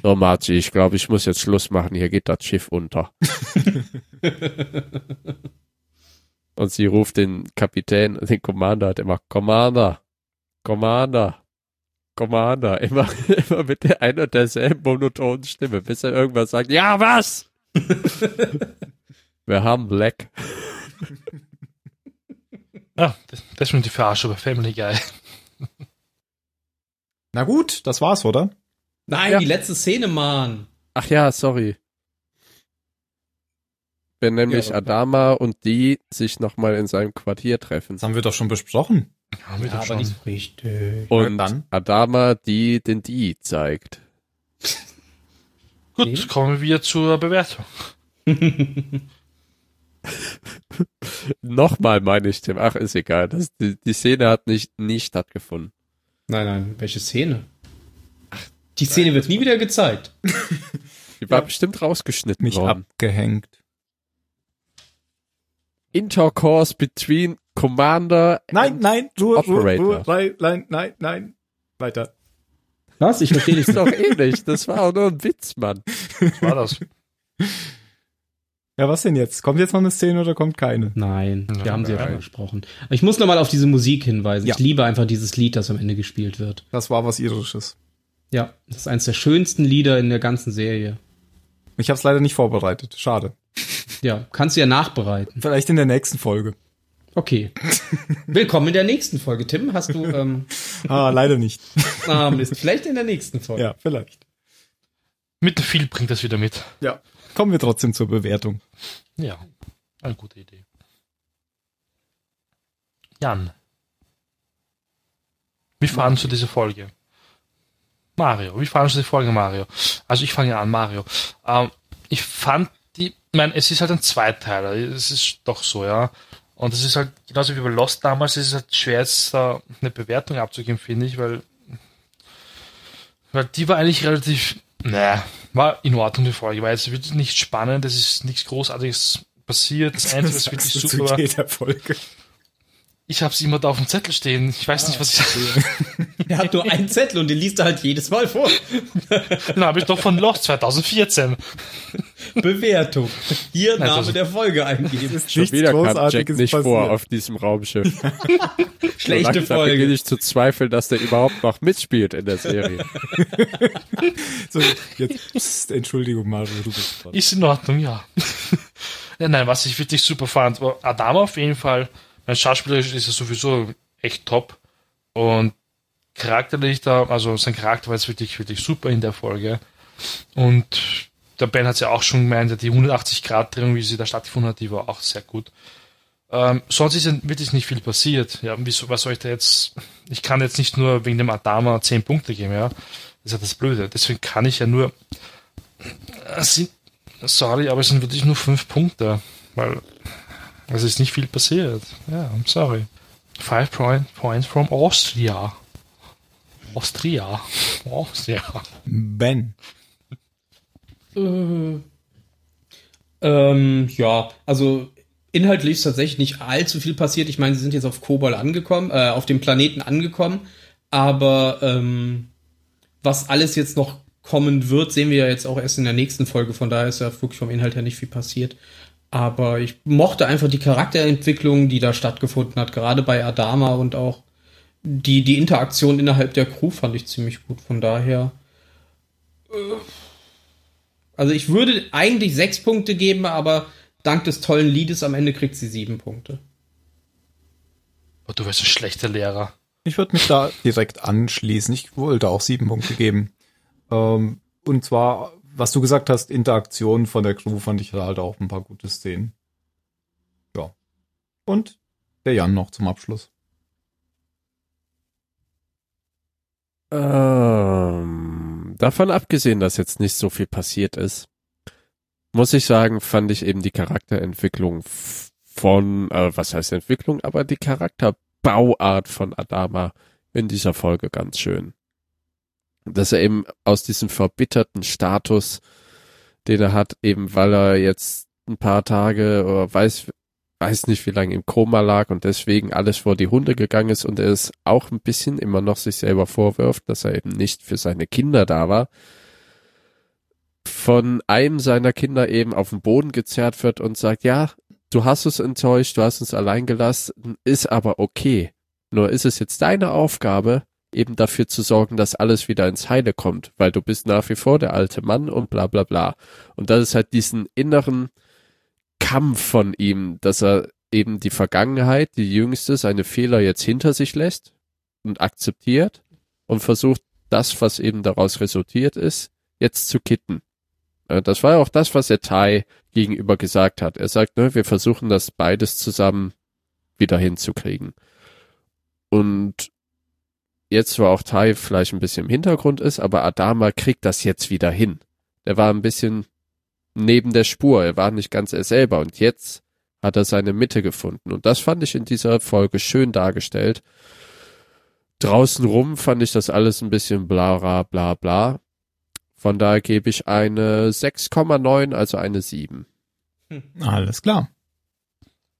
So, Margie, ich glaube, ich muss jetzt Schluss machen. Hier geht das Schiff unter. Und sie ruft den Kapitän, den Commander halt immer, Commander, Commander, Commander. Immer, *laughs* immer mit der ein und derselben monotonen Stimme, bis er irgendwann sagt, ja, was? Wir haben Black. Ah, das, das ist schon die Verarsche bei Family Guy. *laughs* Na gut, das war's, oder? *laughs* Nein, Ja. die letzte Szene, Mann. Ach ja, sorry. Wenn nämlich aber- Adama und die sich nochmal in seinem Quartier treffen. Das haben wir doch schon besprochen. Haben wir Ja, doch aber schon. nicht richtig. Und dann? Adama, die den die zeigt. *laughs* Gut, kommen wir zur Bewertung. Nochmal meine ich dem. Ach, ist egal. Das, die, die Szene hat nicht, nie stattgefunden. Nein, nein, welche Szene? Die Szene wird nie wieder gezeigt. Die war bestimmt rausgeschnitten Mich worden. abgehängt. Intercourse between Commander Nein, and- nein, Ruhe, Ruhe, Operator. Ruhe, nein, nein, nein, nein. Weiter. Was? Ich verstehe *laughs* Ist doch eh nicht. Das war auch nur ein Witz, Mann. Was war das? Ja, was denn jetzt? Kommt jetzt noch eine Szene oder kommt keine? Nein, wir Ja, haben sie ja nein. schon besprochen. Ich muss nochmal auf diese Musik hinweisen. Ja. Ich liebe einfach dieses Lied, das am Ende gespielt wird. Das war was Irisches. Ja, das ist eines der schönsten Lieder in der ganzen Serie. Ich habe es leider nicht vorbereitet. Schade. Ja, kannst du ja nachbereiten. Vielleicht in der nächsten Folge. *laughs* Okay. Willkommen in der nächsten Folge, Tim. Hast du, ähm, *laughs* Ah, leider nicht. ah, Mist. vielleicht in der nächsten Folge. Ja, vielleicht. Mit viel bringt das wieder mit. Ja. Kommen wir trotzdem zur Bewertung. Ja, eine gute Idee. Jan. Wie fandest du diese Folge? Mario, wie fandest du die Folge, Mario? Also ich fange an, Mario. Ähm, ich fand die, ich meine, es ist halt ein Zweiteiler, es ist doch so, ja. Und es ist halt, genauso wie bei Lost damals, es ist halt schwer, jetzt äh, eine Bewertung abzugeben, finde ich, weil, weil die war eigentlich relativ, naja, war in Ordnung, die Folge, weil es wird nicht spannend, es ist nichts Großartiges passiert, das Einzige, was wirklich sagst du super war, *laughs* zu jeder Folge. ich habe sie immer da auf dem Zettel stehen, ich weiß nicht, was ich Er hat nur einen Zettel und den liest er halt jedes Mal vor. *laughs* Dann habe ich doch von Loch 2014. Bewertung. Hier Nein, Name das- der Folge eingeben. Also Ist Schon nichts wieder kam Jack Großartiges nicht vor passiert. auf diesem Raumschiff. Schlechte Langsam beginne Folge. ich zu zweifeln, dass der überhaupt noch mitspielt in der Serie. So, jetzt, pst, Entschuldigung, Mario, du bist dran. Ist in Ordnung, ja. *laughs* ja. Nein, was ich wirklich super fand, war Adama auf jeden Fall. Mein Schauspieler ist ja sowieso echt top. Und charakterlich da, also sein Charakter war jetzt wirklich, wirklich super in der Folge. Und der Ben hat es ja auch schon gemeint, die 180-Grad-Drehung, wie sie da stattgefunden hat, die war auch sehr gut. Ähm, sonst ist ja wirklich nicht viel passiert. Ja, wieso, was soll ich da jetzt? Ich kann jetzt nicht nur wegen dem Adama 10 Punkte geben, ja. Das ist ja das Blöde. Deswegen kann ich ja nur äh, es sind, sorry, aber es sind wirklich nur fünf Punkte, weil es ist nicht viel passiert. Ja, I'm sorry. Five point, points from Austria. Austria. Austria. Ben. Äh, ähm, ja, also inhaltlich ist tatsächlich nicht allzu viel passiert. Ich meine, sie sind jetzt auf Kobol angekommen, äh, auf dem Planeten angekommen, aber ähm, was alles jetzt noch kommen wird, sehen wir ja jetzt auch erst in der nächsten Folge. Von daher ist ja wirklich vom Inhalt her nicht viel passiert. Aber ich mochte einfach die Charakterentwicklung, die da stattgefunden hat, gerade bei Adama und auch die, die Interaktion innerhalb der Crew fand ich ziemlich gut. Von daher. Also ich würde eigentlich sechs Punkte geben, aber dank des tollen Liedes am Ende kriegt sie sieben Punkte. Oh, du bist ein schlechter Lehrer. Ich würde mich da direkt anschließen. Ich wollte auch sieben Punkte geben. Ähm, und zwar, was du gesagt hast, Interaktion von der Crew fand ich da halt auch ein paar gute Szenen. Ja. Und der Jan noch zum Abschluss. Ähm, davon abgesehen, dass jetzt nicht so viel passiert ist, muss ich sagen, fand ich eben die Charakterentwicklung f- von, äh, was heißt Entwicklung, aber die Charakterbauart von Adama in dieser Folge ganz schön. Dass er eben aus diesem verbitterten Status, den er hat, eben weil er jetzt ein paar Tage oder weiß, weiß nicht wie lange im Koma lag und deswegen alles vor die Hunde gegangen ist und er es auch ein bisschen immer noch sich selber vorwirft, dass er eben nicht für seine Kinder da war, von einem seiner Kinder eben auf den Boden gezerrt wird und sagt, ja, du hast uns enttäuscht, du hast uns allein gelassen, ist aber okay. Nur ist es jetzt deine Aufgabe, eben dafür zu sorgen, dass alles wieder ins Heile kommt, weil du bist nach wie vor der alte Mann und bla bla bla. Und das ist halt diesen inneren Kampf von ihm, dass er eben die Vergangenheit, die jüngste, seine Fehler jetzt hinter sich lässt und akzeptiert und versucht, das, was eben daraus resultiert ist, jetzt zu kitten. Äh, Das war ja auch das, was der Tai gegenüber gesagt hat. Er sagt, ne, wir versuchen das beides zusammen wieder hinzukriegen. Und jetzt zwar auch Tai vielleicht ein bisschen im Hintergrund ist, aber Adama kriegt das jetzt wieder hin. Der war ein bisschen neben der Spur, er war nicht ganz er selber und jetzt hat er seine Mitte gefunden. Und das fand ich in dieser Folge schön dargestellt. Draußen rum fand ich das alles ein bisschen bla bla bla bla. Von daher gebe ich eine 6,9, also eine 7. Alles klar.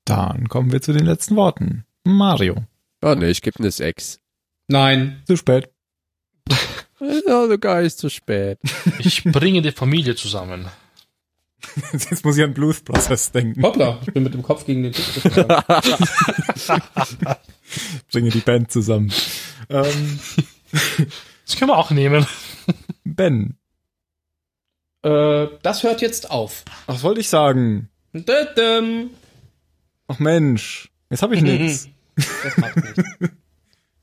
Dann kommen wir zu den letzten Worten. Mario. Ja, ne, ich gebe eine 6. Nein. Zu spät. *laughs* Ja, sogar ist zu spät. *laughs* Ich bringe die Familie zusammen. Jetzt muss ich an Blues Brothers denken. Hoppla, ich bin mit dem Kopf gegen den Tisch gefahren. Bringe die Band zusammen. Ähm, Das können wir auch nehmen. ben. äh, das hört jetzt auf. Was wollte ich sagen? Dödem. Ach Mensch, jetzt *laughs* habe ich nichts. Das macht nichts.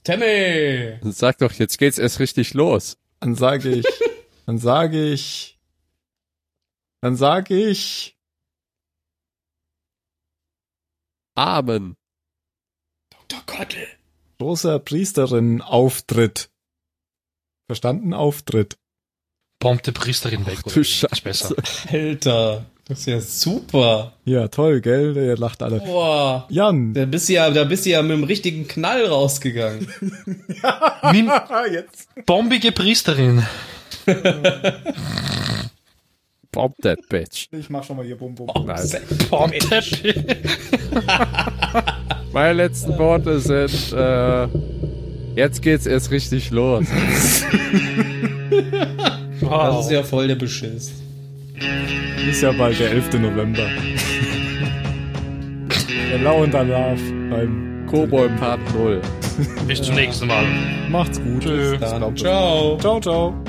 Tammy! Sag doch, jetzt geht's erst richtig los. Dann sage ich, dann sage ich, dann sage ich, Amen. Dr. Gottel. großer Priesterin-Auftritt. Verstanden? Auftritt. Bombt die Priesterin weg. du oder wie? Ist Scheiße. besser. Alter, das ist ja super. Ja, toll, gell? Ihr lacht alle. Boah. Jan. Da bist du ja, da bist du ja mit dem richtigen Knall rausgegangen. Nimm Ah, Jetzt. bombige Priesterin. Bomb that bitch. Ich mach schon mal hier Bum Bum. Nice. Bombe. Meine letzten Worte sind, äh, jetzt geht's erst richtig los. Das Wow. ist ja voll der Beschiss. Ist ja bald der 11. November. der Laund Alarv beim Cowboy Part 0. Bis zum nächsten Mal. Macht's gut. Tschö. Ich Dann glaub, das- ciao. Ciao, ciao.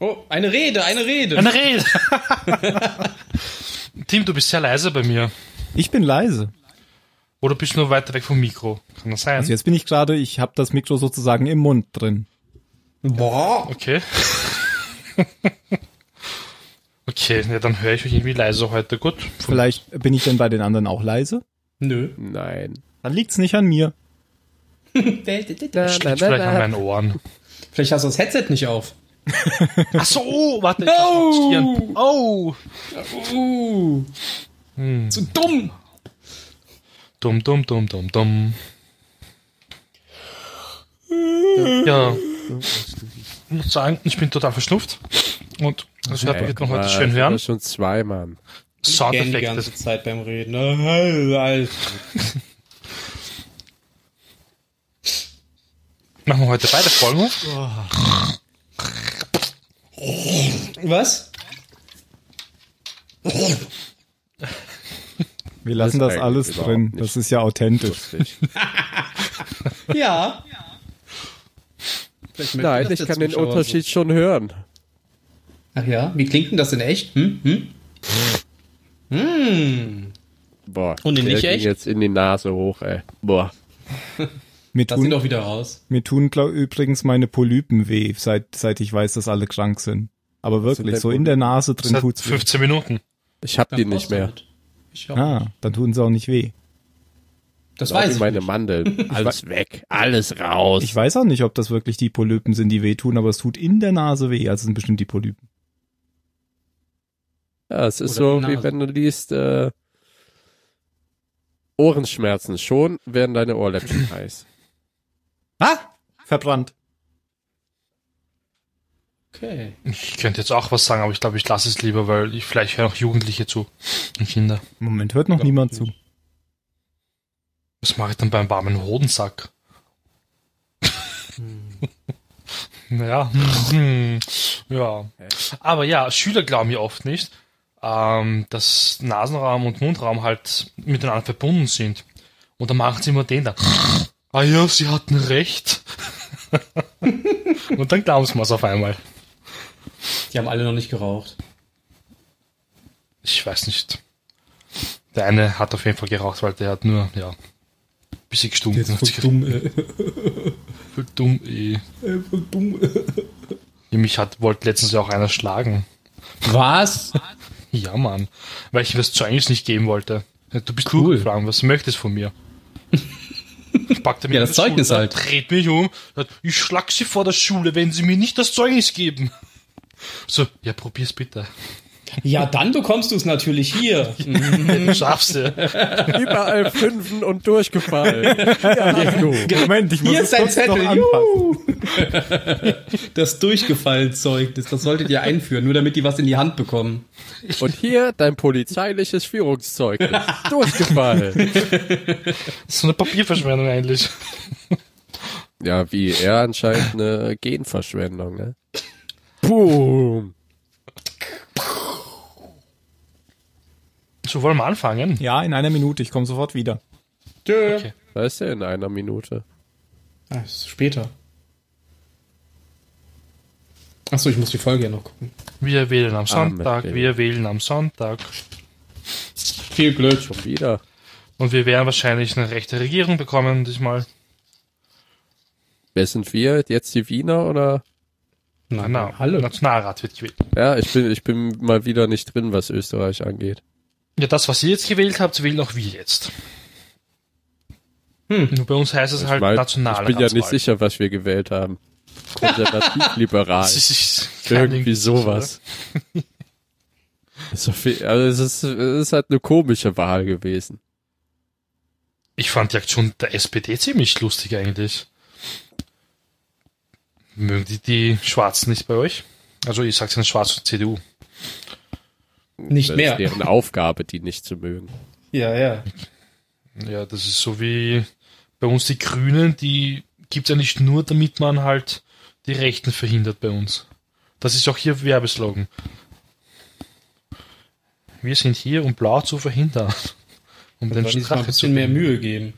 Oh, eine Rede, eine Rede. Eine *laughs* Rede. Tim, du bist sehr leise bei mir. Ich bin leise. Oder bist du nur weiter weg vom Mikro? Kann das sein? Also jetzt bin ich gerade, ich habe das Mikro sozusagen im Mund drin. Boah. Okay. *laughs* okay, ja, dann höre ich euch irgendwie leise heute. Gut. Vielleicht bin ich denn bei den anderen auch leise. Nö. Nein. Dann liegt's nicht an mir. Äh, Das liegt vielleicht an meinen Ohren. Vielleicht hast du das Headset nicht auf. Ach so, oh, warte. Ich no. Stirn. Oh. Uh. Zu dumm. Dumm, dumm, dumm, dumm, dumm. Ja. Ich muss sagen, ich bin total verschnupft. Und das hört man jetzt noch heute schön hören. Das schon zwei, Mann. Gähn die ganze Soundeffekte. Zeit beim Reden. ne? Alter. Machen wir heute beide Folgen. Was? Wir lassen das, eigentlich alles überhaupt drin. nicht Das ist ja authentisch. Lustig. Ja. Vielleicht möchte Nein, das ich der kann den Zuschauer so. Unterschied schon hören. Ach ja, wie klingt denn das in echt? Hm? Hm? Boah. Und in der nicht ging echt? jetzt in die Nase hoch, ey. Boah. Mir Das tun, sind doch wieder raus. mir tun glaub, übrigens meine Polypen weh, seit, seit ich weiß, dass alle krank sind. Aber wirklich, denn so in der Nase drin Seit tut's weh. 15 Minuten. Ich hab die Dann nicht raus mehr. damit. Ich auch. Ah, dann tun sie auch nicht weh. das Auch weiß wie ich. *laughs* meine Mandeln. Alles weg. Alles raus. Ich weiß auch nicht, ob das wirklich die Polypen sind, die wehtun, aber es tut in der Nase weh. Also es sind bestimmt die Polypen. Ja, es ist Oder die so, wie Nase. wenn du liest, äh, Ohrenschmerzen. Schon werden *laughs* deine Ohrläppchen heiß. Ah! Verbrannt. Okay. Ich könnte jetzt auch was sagen, aber ich glaube, ich lasse es lieber, weil ich vielleicht hören auch Jugendliche zu und Kinder. Im Moment hört noch niemand zu. Was mache ich dann beim warmen Hodensack? *laughs* Ja. hm, ja. Aber ja, Schüler glauben ja oft nicht, ähm, dass Nasenraum und Mundraum halt miteinander verbunden sind. Und dann machen sie immer den da. Ah ja, sie hatten recht. *laughs* und dann glauben sie mir's auf einmal. Die haben alle noch nicht geraucht. Ich weiß nicht. Der eine hat auf jeden Fall geraucht, weil der hat nur, ja, bisschen gestunken. Jetzt voll dumm, äh, *laughs* Voll dumm, eh. äh, voll dumm. Mich hat, wollte letztens ja auch einer schlagen. Was? Ja, Mann. Weil ich was zu Englisch nicht geben wollte. Du bist cool. gefragt, was du möchtest von mir? Ich packte mich Ja, an das der Zeugnis Schulter, halt. Dreht mich um. sagt, Ich schlag sie vor der Schule, wenn sie mir nicht das Zeugnis geben. So, ja, probier's bitte. Ja, dann bekommst du es natürlich hier. *laughs* Du schaffst es. Überall Fünfen *laughs* und durchgefallen. Moment, ich muss Hier es ist ein kurz noch Zettel. anpassen. Juhu. Das durchgefallen Zeug, das, das solltet ihr einführen, nur damit die was in die Hand bekommen. Und hier dein polizeiliches Führungszeugnis. Durchgefallen. So eine Papierverschwendung eigentlich. Ja, wie er anscheinend eine Genverschwendung, ne? Boom. So wollen wir anfangen. Ja, in einer Minute, ich komme sofort wieder. Tschö. Okay. Da ist er in einer Minute. Ah, ist später. Achso, ich muss die Folge ja noch gucken. Wir wählen Ah, am Sonntag, Bill. wir wählen am Sonntag. Viel Glück. Schon wieder. Und wir werden wahrscheinlich eine rechte Regierung bekommen diesmal. Wer sind wir? Jetzt die Wiener oder? Ah, Na, Na, na, hallo. Genau. Nationalrat wird gewählt. Ja, ich bin, ich bin mal wieder nicht drin, was Österreich angeht. Ja, das, was ihr jetzt gewählt habt, wählen auch wir jetzt. Hm. Nur bei uns heißt es halt Weil nationale ich bin ja nicht Ratswahl. sicher, was wir gewählt haben. Konservativ-liberal. *laughs* Das ist- ist *laughs* kein Irgendwie Ding, sowas. so viel, also es ist, es ist halt eine komische Wahl gewesen. oder? Ich fand die Aktion der SPD ziemlich lustig eigentlich. Mögen die, die Schwarzen nicht bei euch? Also ihr sagt ja Schwarz und CDU. Nicht Das mehr. ist deren Aufgabe, die nicht zu mögen. Ja, ja. Ja, das ist so wie bei uns die Grünen, die gibt's ja nicht nur, damit man halt die Rechten verhindert bei uns. Das ist auch hier Werbeslogan. Wir sind hier, um Blau zu verhindern. Um den Dann ich mal ein Strache zu bisschen mehr Mühe geben.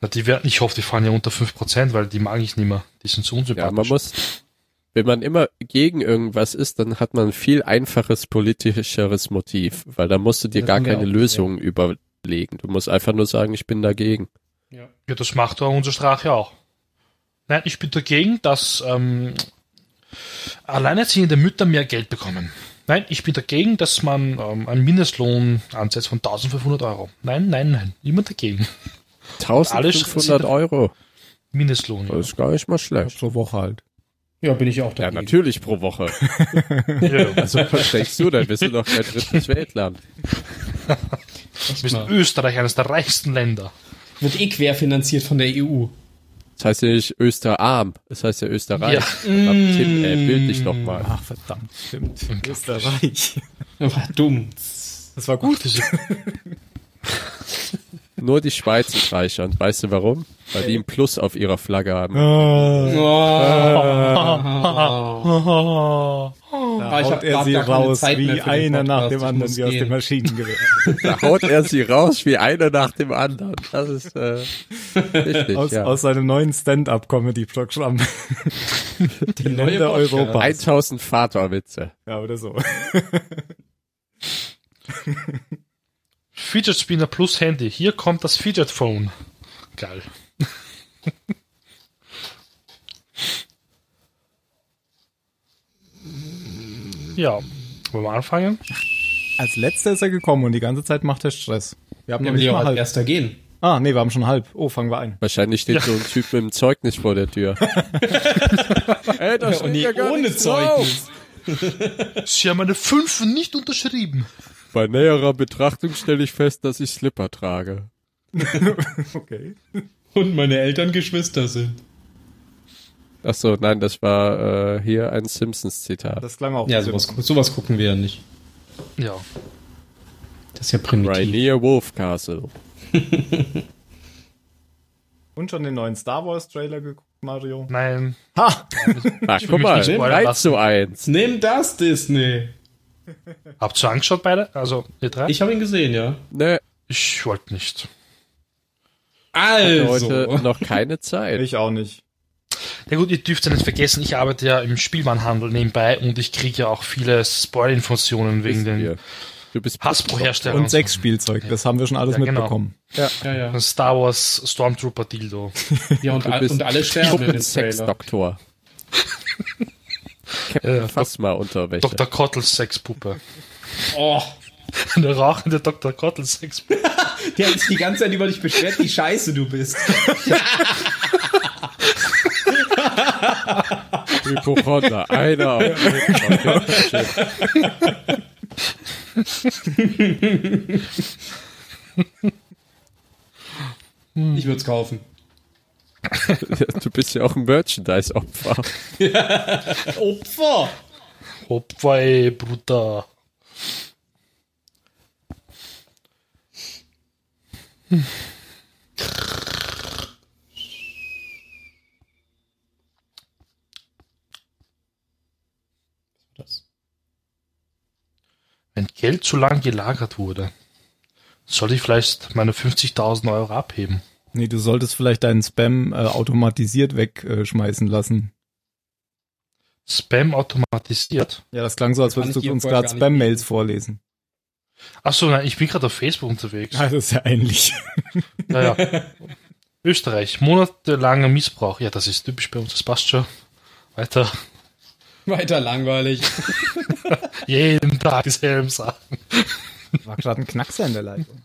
Na, die werden, ich hoffe, die fahren ja unter 5%, weil die mag ich nicht mehr. Die sind so Ja, man unsympathisch. muss, wenn man immer gegen irgendwas ist, dann hat man ein viel einfaches politischeres Motiv, weil da musst du dir Das gar haben wir keine auch Lösung überlegen. Du musst einfach nur sagen, ich bin dagegen. Ja. ja, das macht doch unser Strache auch. Nein, ich bin dagegen, dass ähm, alleinerziehende Mütter mehr Geld bekommen. Nein, ich bin dagegen, dass man ähm, einen Mindestlohn ansetzt von 1500 Euro. Nein, nein, nein, immer dagegen. sind- 1500 Euro. Mindestlohn. *laughs* Das ist gar nicht mal schlecht. Pro Woche halt. ja, bin ich auch Ja, dagegen. natürlich pro Woche. Ja. Ja. Also, was denkst du denn? Wir sind doch kein drittes Weltland. Wir sind Österreich, eines der reichsten Länder. Wird eh querfinanziert von der E EU. Das heißt ja nicht Österarm, das heißt ja Mm. Österreich. Ja. Verdammt, Tim, ey, bild dich doch mal. Ach, verdammt, stimmt. Österreich. War dumm. Das war gut. Diese, Nur die Schweiz ist reicher. Und weißt du warum? Weil die einen Plus auf ihrer Flagge haben. Oh, Ah, da ich haut hab er grad sie gar keine raus, Zeit mehr wie für den einer nach Podcast. dem Ich anderen, muss wie aus gehen. dem *laughs* Maschinengewehr. Da haut er sie raus wie einer nach dem anderen. Das ist äh, richtig, Aus, ja. aus seinem neuen Stand-Up-Comedy-Programm. Die Länder Podcast. Europas. 1000 Vaterwitze. Ja, oder so. Fidget Spinner plus Handy. Hier kommt das Fidget Phone. Geil. *laughs* ja, wollen wir anfangen? Als letzter ist er gekommen und die ganze Zeit macht er Stress. Wir haben Ja, noch will nicht ich mal auch als halb. erster gehen. Ah, nee, wir haben schon halb. Oh, fangen wir *laughs* ein. Wahrscheinlich steht so ein Typ mit dem Zeugnis vor der Tür. Ey, da steht ja gar ohne nichts drauf. Zeugnis. Sie haben meine Fünfen nicht unterschrieben. Bei näherer Betrachtung stelle ich fest, dass ich Slipper trage. Okay. Und meine Eltern Geschwister sind. Ach so, nein, das war äh, hier ein Simpsons-Zitat. Das klang auch. Ja, bestimmt. sowas, gu- sowas gucken wir ja nicht. Ja. Das ist ja primitiv. Rainier *laughs* Wolfcastle. Und schon den neuen Star Wars-Trailer geguckt. Mario? Nein. Ha! Na, Ich will guck mich mal, nicht spoilern 3 zu 1. Nimm das, Disney. Habt ihr angeschaut beide? Also, ihr drei? Ich habe ihn gesehen, ja. Nö, ich wollte nicht. Also. heute noch keine Zeit. Ich auch nicht. Ja gut, ihr dürft ja nicht vergessen, ich arbeite ja im Spielwarenhandel nebenbei und ich kriege ja auch viele Spoilinformationen wegen Wissen wir. den Du bist Hasbro-Herstellern. Und sechs Spielzeug, das haben wir schon alles Ja, genau. mitbekommen. Ja, ja. Star Wars Stormtrooper Dildo. *laughs* ja und, Du all, bist und alle sterben in dem Trailer. Sexdoktor. Äh, Captain Phasma Unterwäsche. Dr. Kottels Sexpuppe. Oh, *laughs* Eine rauchende Dr. Kottels Sexpuppe. die hat sich die ganze Zeit über dich beschwert, wie scheiße du bist. *laughs* Hypochonder. Einer. auf- Ich würde es kaufen. du bist ja auch ein Merchandise-Opfer. Opfer! Hopfei, Bruder. Das. Wenn Geld zu lang gelagert wurde, soll ich vielleicht meine 50.000 Euro abheben? Nee, du solltest vielleicht deinen Spam äh, automatisiert wegschmeißen lassen. Spam automatisiert? Ja, das klang so, als Kann würdest ich du dir uns vorher gerade gar nicht Spam-Mails *laughs* vorlesen. Achso, nein, ich bin gerade auf Facebook unterwegs. Ja, das ist ja ähnlich. Naja. Österreich, monatelanger Missbrauch. Ja, das ist typisch bei uns, das passt schon. Weiter. Weiter langweilig. Jeden Tag dieselben Sachen. War gerade ein Knackser in der Leitung.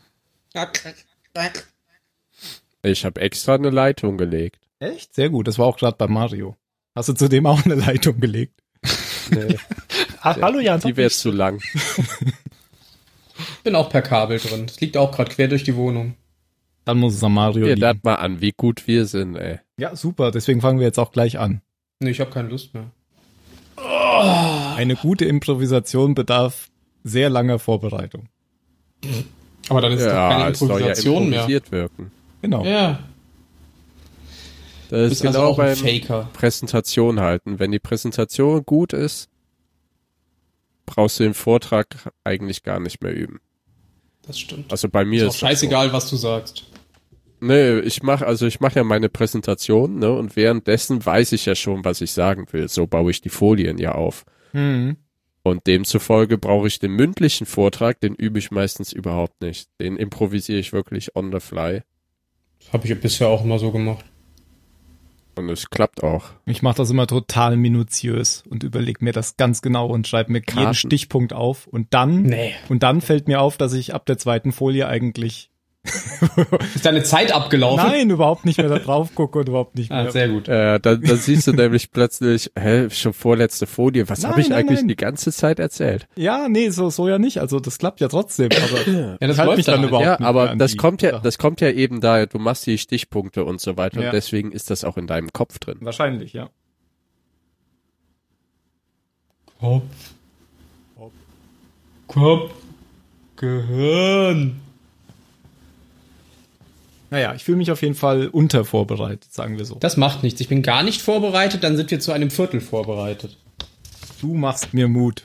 Ich habe extra eine Leitung gelegt. Echt? Sehr gut, das war auch gerade bei Mario. Hast du zudem auch eine Leitung gelegt? Ah, hallo Jan. Die wäre zu lang. Ich bin auch per Kabel drin. Das liegt auch gerade quer durch die Wohnung. Dann muss es an Mario Ihr liegen. lernt mal an, wie gut wir sind, ey. Ja, super, deswegen fangen wir jetzt auch gleich an. Nee, ich habe keine Lust mehr. Eine gute Improvisation bedarf sehr langer Vorbereitung. Aber dann ist es doch keine es soll ja Improvisation mehr. improvisiert wirken. Genau. Ja, Das bist ist also genau auch ein beim Faker. Präsentation halten. Wenn die Präsentation gut ist, brauchst du den Vortrag eigentlich gar nicht mehr üben. Das stimmt. Also bei mir Ist auch ist, das so. scheißegal, was du sagst. Nee, ich mache also ich mache ja meine Präsentation, ne, und währenddessen weiß ich ja schon, was ich sagen will. So baue ich die Folien ja auf. Hm. Und demzufolge brauche ich den mündlichen Vortrag, den übe ich meistens überhaupt nicht. Den improvisiere ich wirklich on the fly Habe ich bisher auch immer so gemacht. und es klappt auch. Ich mache das immer total minutiös und überlege mir das ganz genau und schreibe mir jeden Karten. Stichpunkt auf und dann Nee. und dann fällt mir auf, dass ich ab der zweiten Folie eigentlich Ist deine Zeit abgelaufen? nein überhaupt nicht mehr da drauf gucke und überhaupt nicht mehr. Ah, sehr gut. Äh, dann, dann siehst du *laughs* nämlich plötzlich, hä, schon vorletzte Folie, was habe Nein, ich nein, eigentlich nein. die ganze Zeit erzählt? ja, nee, so so ja nicht. Also das klappt ja trotzdem. *coughs* Aber Ja, das ich halte läuft mich dann dann halt. überhaupt ja, nicht mehr aber an das die kommt ja, Sachen. das kommt ja eben daher, du machst die Stichpunkte und so weiter Ja. und deswegen ist das auch in deinem Kopf drin. wahrscheinlich ja. Kopf. halt. Kopf. Gehirn. Naja, ich fühle mich auf jeden Fall untervorbereitet, sagen wir so. Das macht nichts. Ich bin gar nicht vorbereitet, dann sind wir zu einem Viertel *laughs* vorbereitet. Du machst mir Mut.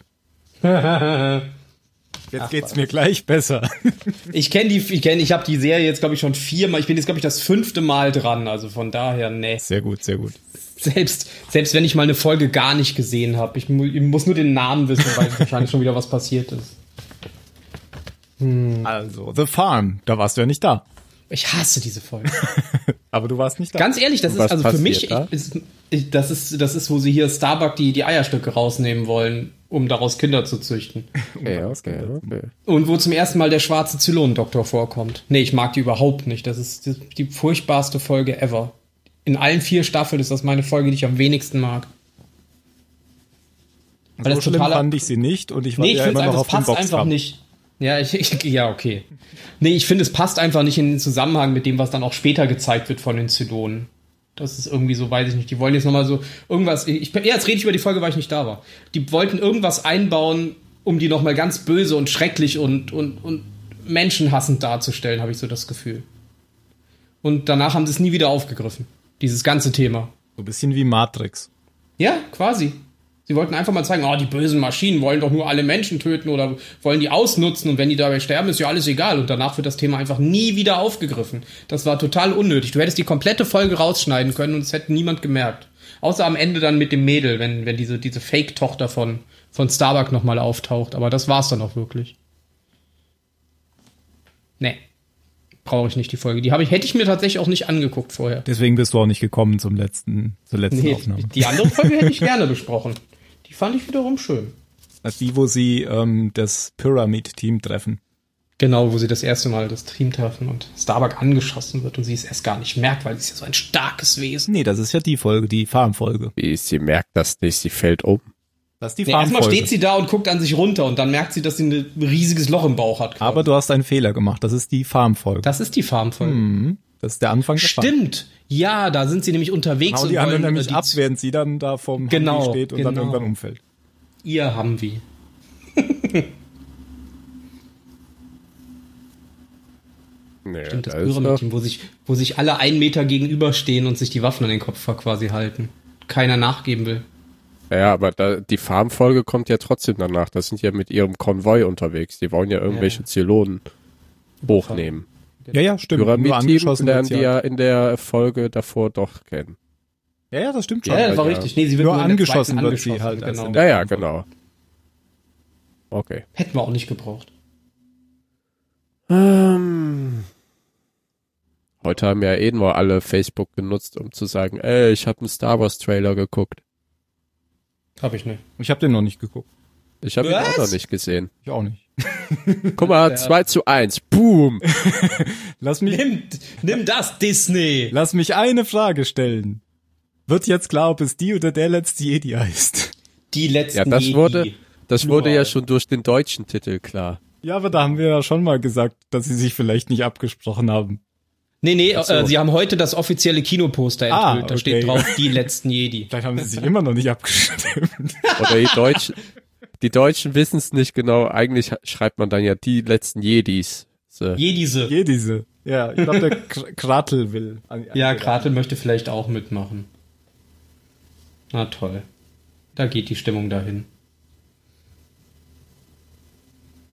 Jetzt geht's mir gleich *laughs* besser. Ich kenne die, ich kenne, ich habe die Serie jetzt glaube ich schon viermal. Ich bin jetzt glaube ich das fünfte Mal dran. Also von daher, nee. Sehr gut, sehr gut. Selbst, selbst wenn ich mal eine Folge gar nicht gesehen habe, ich, mu ich muss nur den Namen wissen, weil *laughs* wahrscheinlich schon wieder was passiert ist. Also, The Farm, da warst du ja nicht da. Ich hasse diese Folge. Aber du warst nicht da. Ganz ehrlich, das ist was also für passiert mich, da? ich, ist, ich, das ist, das ist, wo sie hier Starbuck die, die Eierstöcke rausnehmen wollen, um daraus Kinder zu züchten. Okay, okay, okay. Und wo zum ersten Mal der schwarze Zylon-Doktor vorkommt. Nee, ich mag die überhaupt nicht. Das ist die, die furchtbarste Folge ever. In allen vier Staffeln ist das meine Folge, die ich am wenigsten mag. Weil so das schlimm totaler- fand ich sie nicht und ich war Nee, ich ja finde immer es noch einfach, auf es dem passt einfach Boxkampf. nicht. Ja, ich, ich, ja, okay. Nee, ich finde, es passt einfach nicht in den Zusammenhang mit dem, was dann auch später gezeigt wird von den Zylonen. Das ist irgendwie so, weiß ich nicht. Die wollen jetzt nochmal so irgendwas. Ich, ja, jetzt rede ich über die Folge, weil ich nicht da war. Die wollten irgendwas einbauen, um die nochmal ganz böse und schrecklich und, und, und menschenhassend darzustellen, habe ich so das Gefühl. Und danach haben sie es nie wieder aufgegriffen. Dieses ganze Thema. So ein bisschen wie Matrix. Ja, quasi. Sie wollten einfach mal zeigen, oh, die bösen Maschinen wollen doch nur alle Menschen töten oder wollen die ausnutzen und wenn die dabei sterben, ist ja alles egal. Und danach wird das Thema einfach nie wieder aufgegriffen. Das war total unnötig. Du hättest die komplette Folge rausschneiden können und es hätte niemand gemerkt. Außer am Ende dann mit dem Mädel, wenn, wenn diese, diese Fake-Tochter von, von Starbuck nochmal auftaucht. Aber das war's dann auch wirklich. Nee. Brauche ich nicht die Folge. Die habe ich, hätte ich mir tatsächlich auch nicht angeguckt vorher. Deswegen bist du auch nicht gekommen zum letzten, zur letzten Nee, Aufnahme. die andere Folge hätte ich gerne besprochen. Die fand ich wiederum schön. Das ist die, wo sie ähm, das Pyramid-Team treffen. Genau, wo sie das erste Mal das Team treffen und Starbuck angeschossen wird und sie es erst gar nicht merkt, weil sie ist ja so ein starkes Wesen. Nee, das ist ja die Folge, die Farmfolge. Wie, sie merkt das nicht, sie fällt um. Das ist die Nee, erstmal Farmfolge. steht sie da und guckt an sich runter und dann merkt sie, dass sie ein riesiges Loch im Bauch hat. Aber du hast einen Fehler gemacht. Das ist die Farmfolge. das ist die Farmfolge. Mhm. Das ist der Anfang der Farm. Stimmt. Ja, da sind sie nämlich unterwegs Hau Genau, die anderen äh, nämlich die ab, zu- während sie dann da vom Genau, Handy steht und dann genau. irgendwann umfällt. ihr haben wir. Nee, Stimmt, das da ist noch, Pyramidteam, wo sich, wo sich alle einen Meter gegenüberstehen und sich die Waffen an den Kopf quasi halten. Keiner nachgeben will. ja, aber da, die Farmfolge kommt ja trotzdem danach. Das sind ja mit ihrem Konvoi unterwegs. Die wollen ja irgendwelche Zylonen hochnehmen. Ja, ja, stimmt. Nur Pyramid-Team angeschossen lernen wird's die ja in der Folge davor doch kennen. ja, ja, das stimmt schon. Ja, das war ja. richtig. Nee, sie wird Nur in der zweiten angeschossen wird sie halt erst Genau. in Ja, ja, genau. Okay. Hätten wir auch nicht gebraucht. Ähm, heute haben ja eh nur alle Facebook genutzt, um zu sagen, ey, ich habe einen Star Wars Trailer geguckt. Hab ich nicht. Ich habe den noch nicht geguckt. Ich habe ihn auch Was? noch nicht gesehen. Ich auch nicht. *laughs* Guck mal, 2 zu 1. Boom. Lass mich, Nimm, nimm das, Disney! lass mich eine Frage stellen. Wird jetzt klar, ob es die oder der letzte Jedi heißt? *laughs* Die letzten Ja, das Jedi. wurde, das wurde ja Plural. schon durch den deutschen Titel klar. Ja, aber da haben wir ja schon mal gesagt, dass sie sich vielleicht nicht abgesprochen haben. Nee, nee, so. äh, sie haben heute das offizielle Kinoposter enthüllt. Ah, Da okay. steht drauf, die letzten Jedi. Vielleicht haben sie sich immer noch nicht abgestimmt. Oder die Deutschen, die Deutschen wissen es nicht genau. Eigentlich ha- schreibt man dann ja die letzten Jedis. So. Jedise. Jedise. Ja, ich glaube, der Kr- Kratel will. an- Ja, an- Kratel möchte vielleicht auch mitmachen. Na toll. Da geht die Stimmung dahin.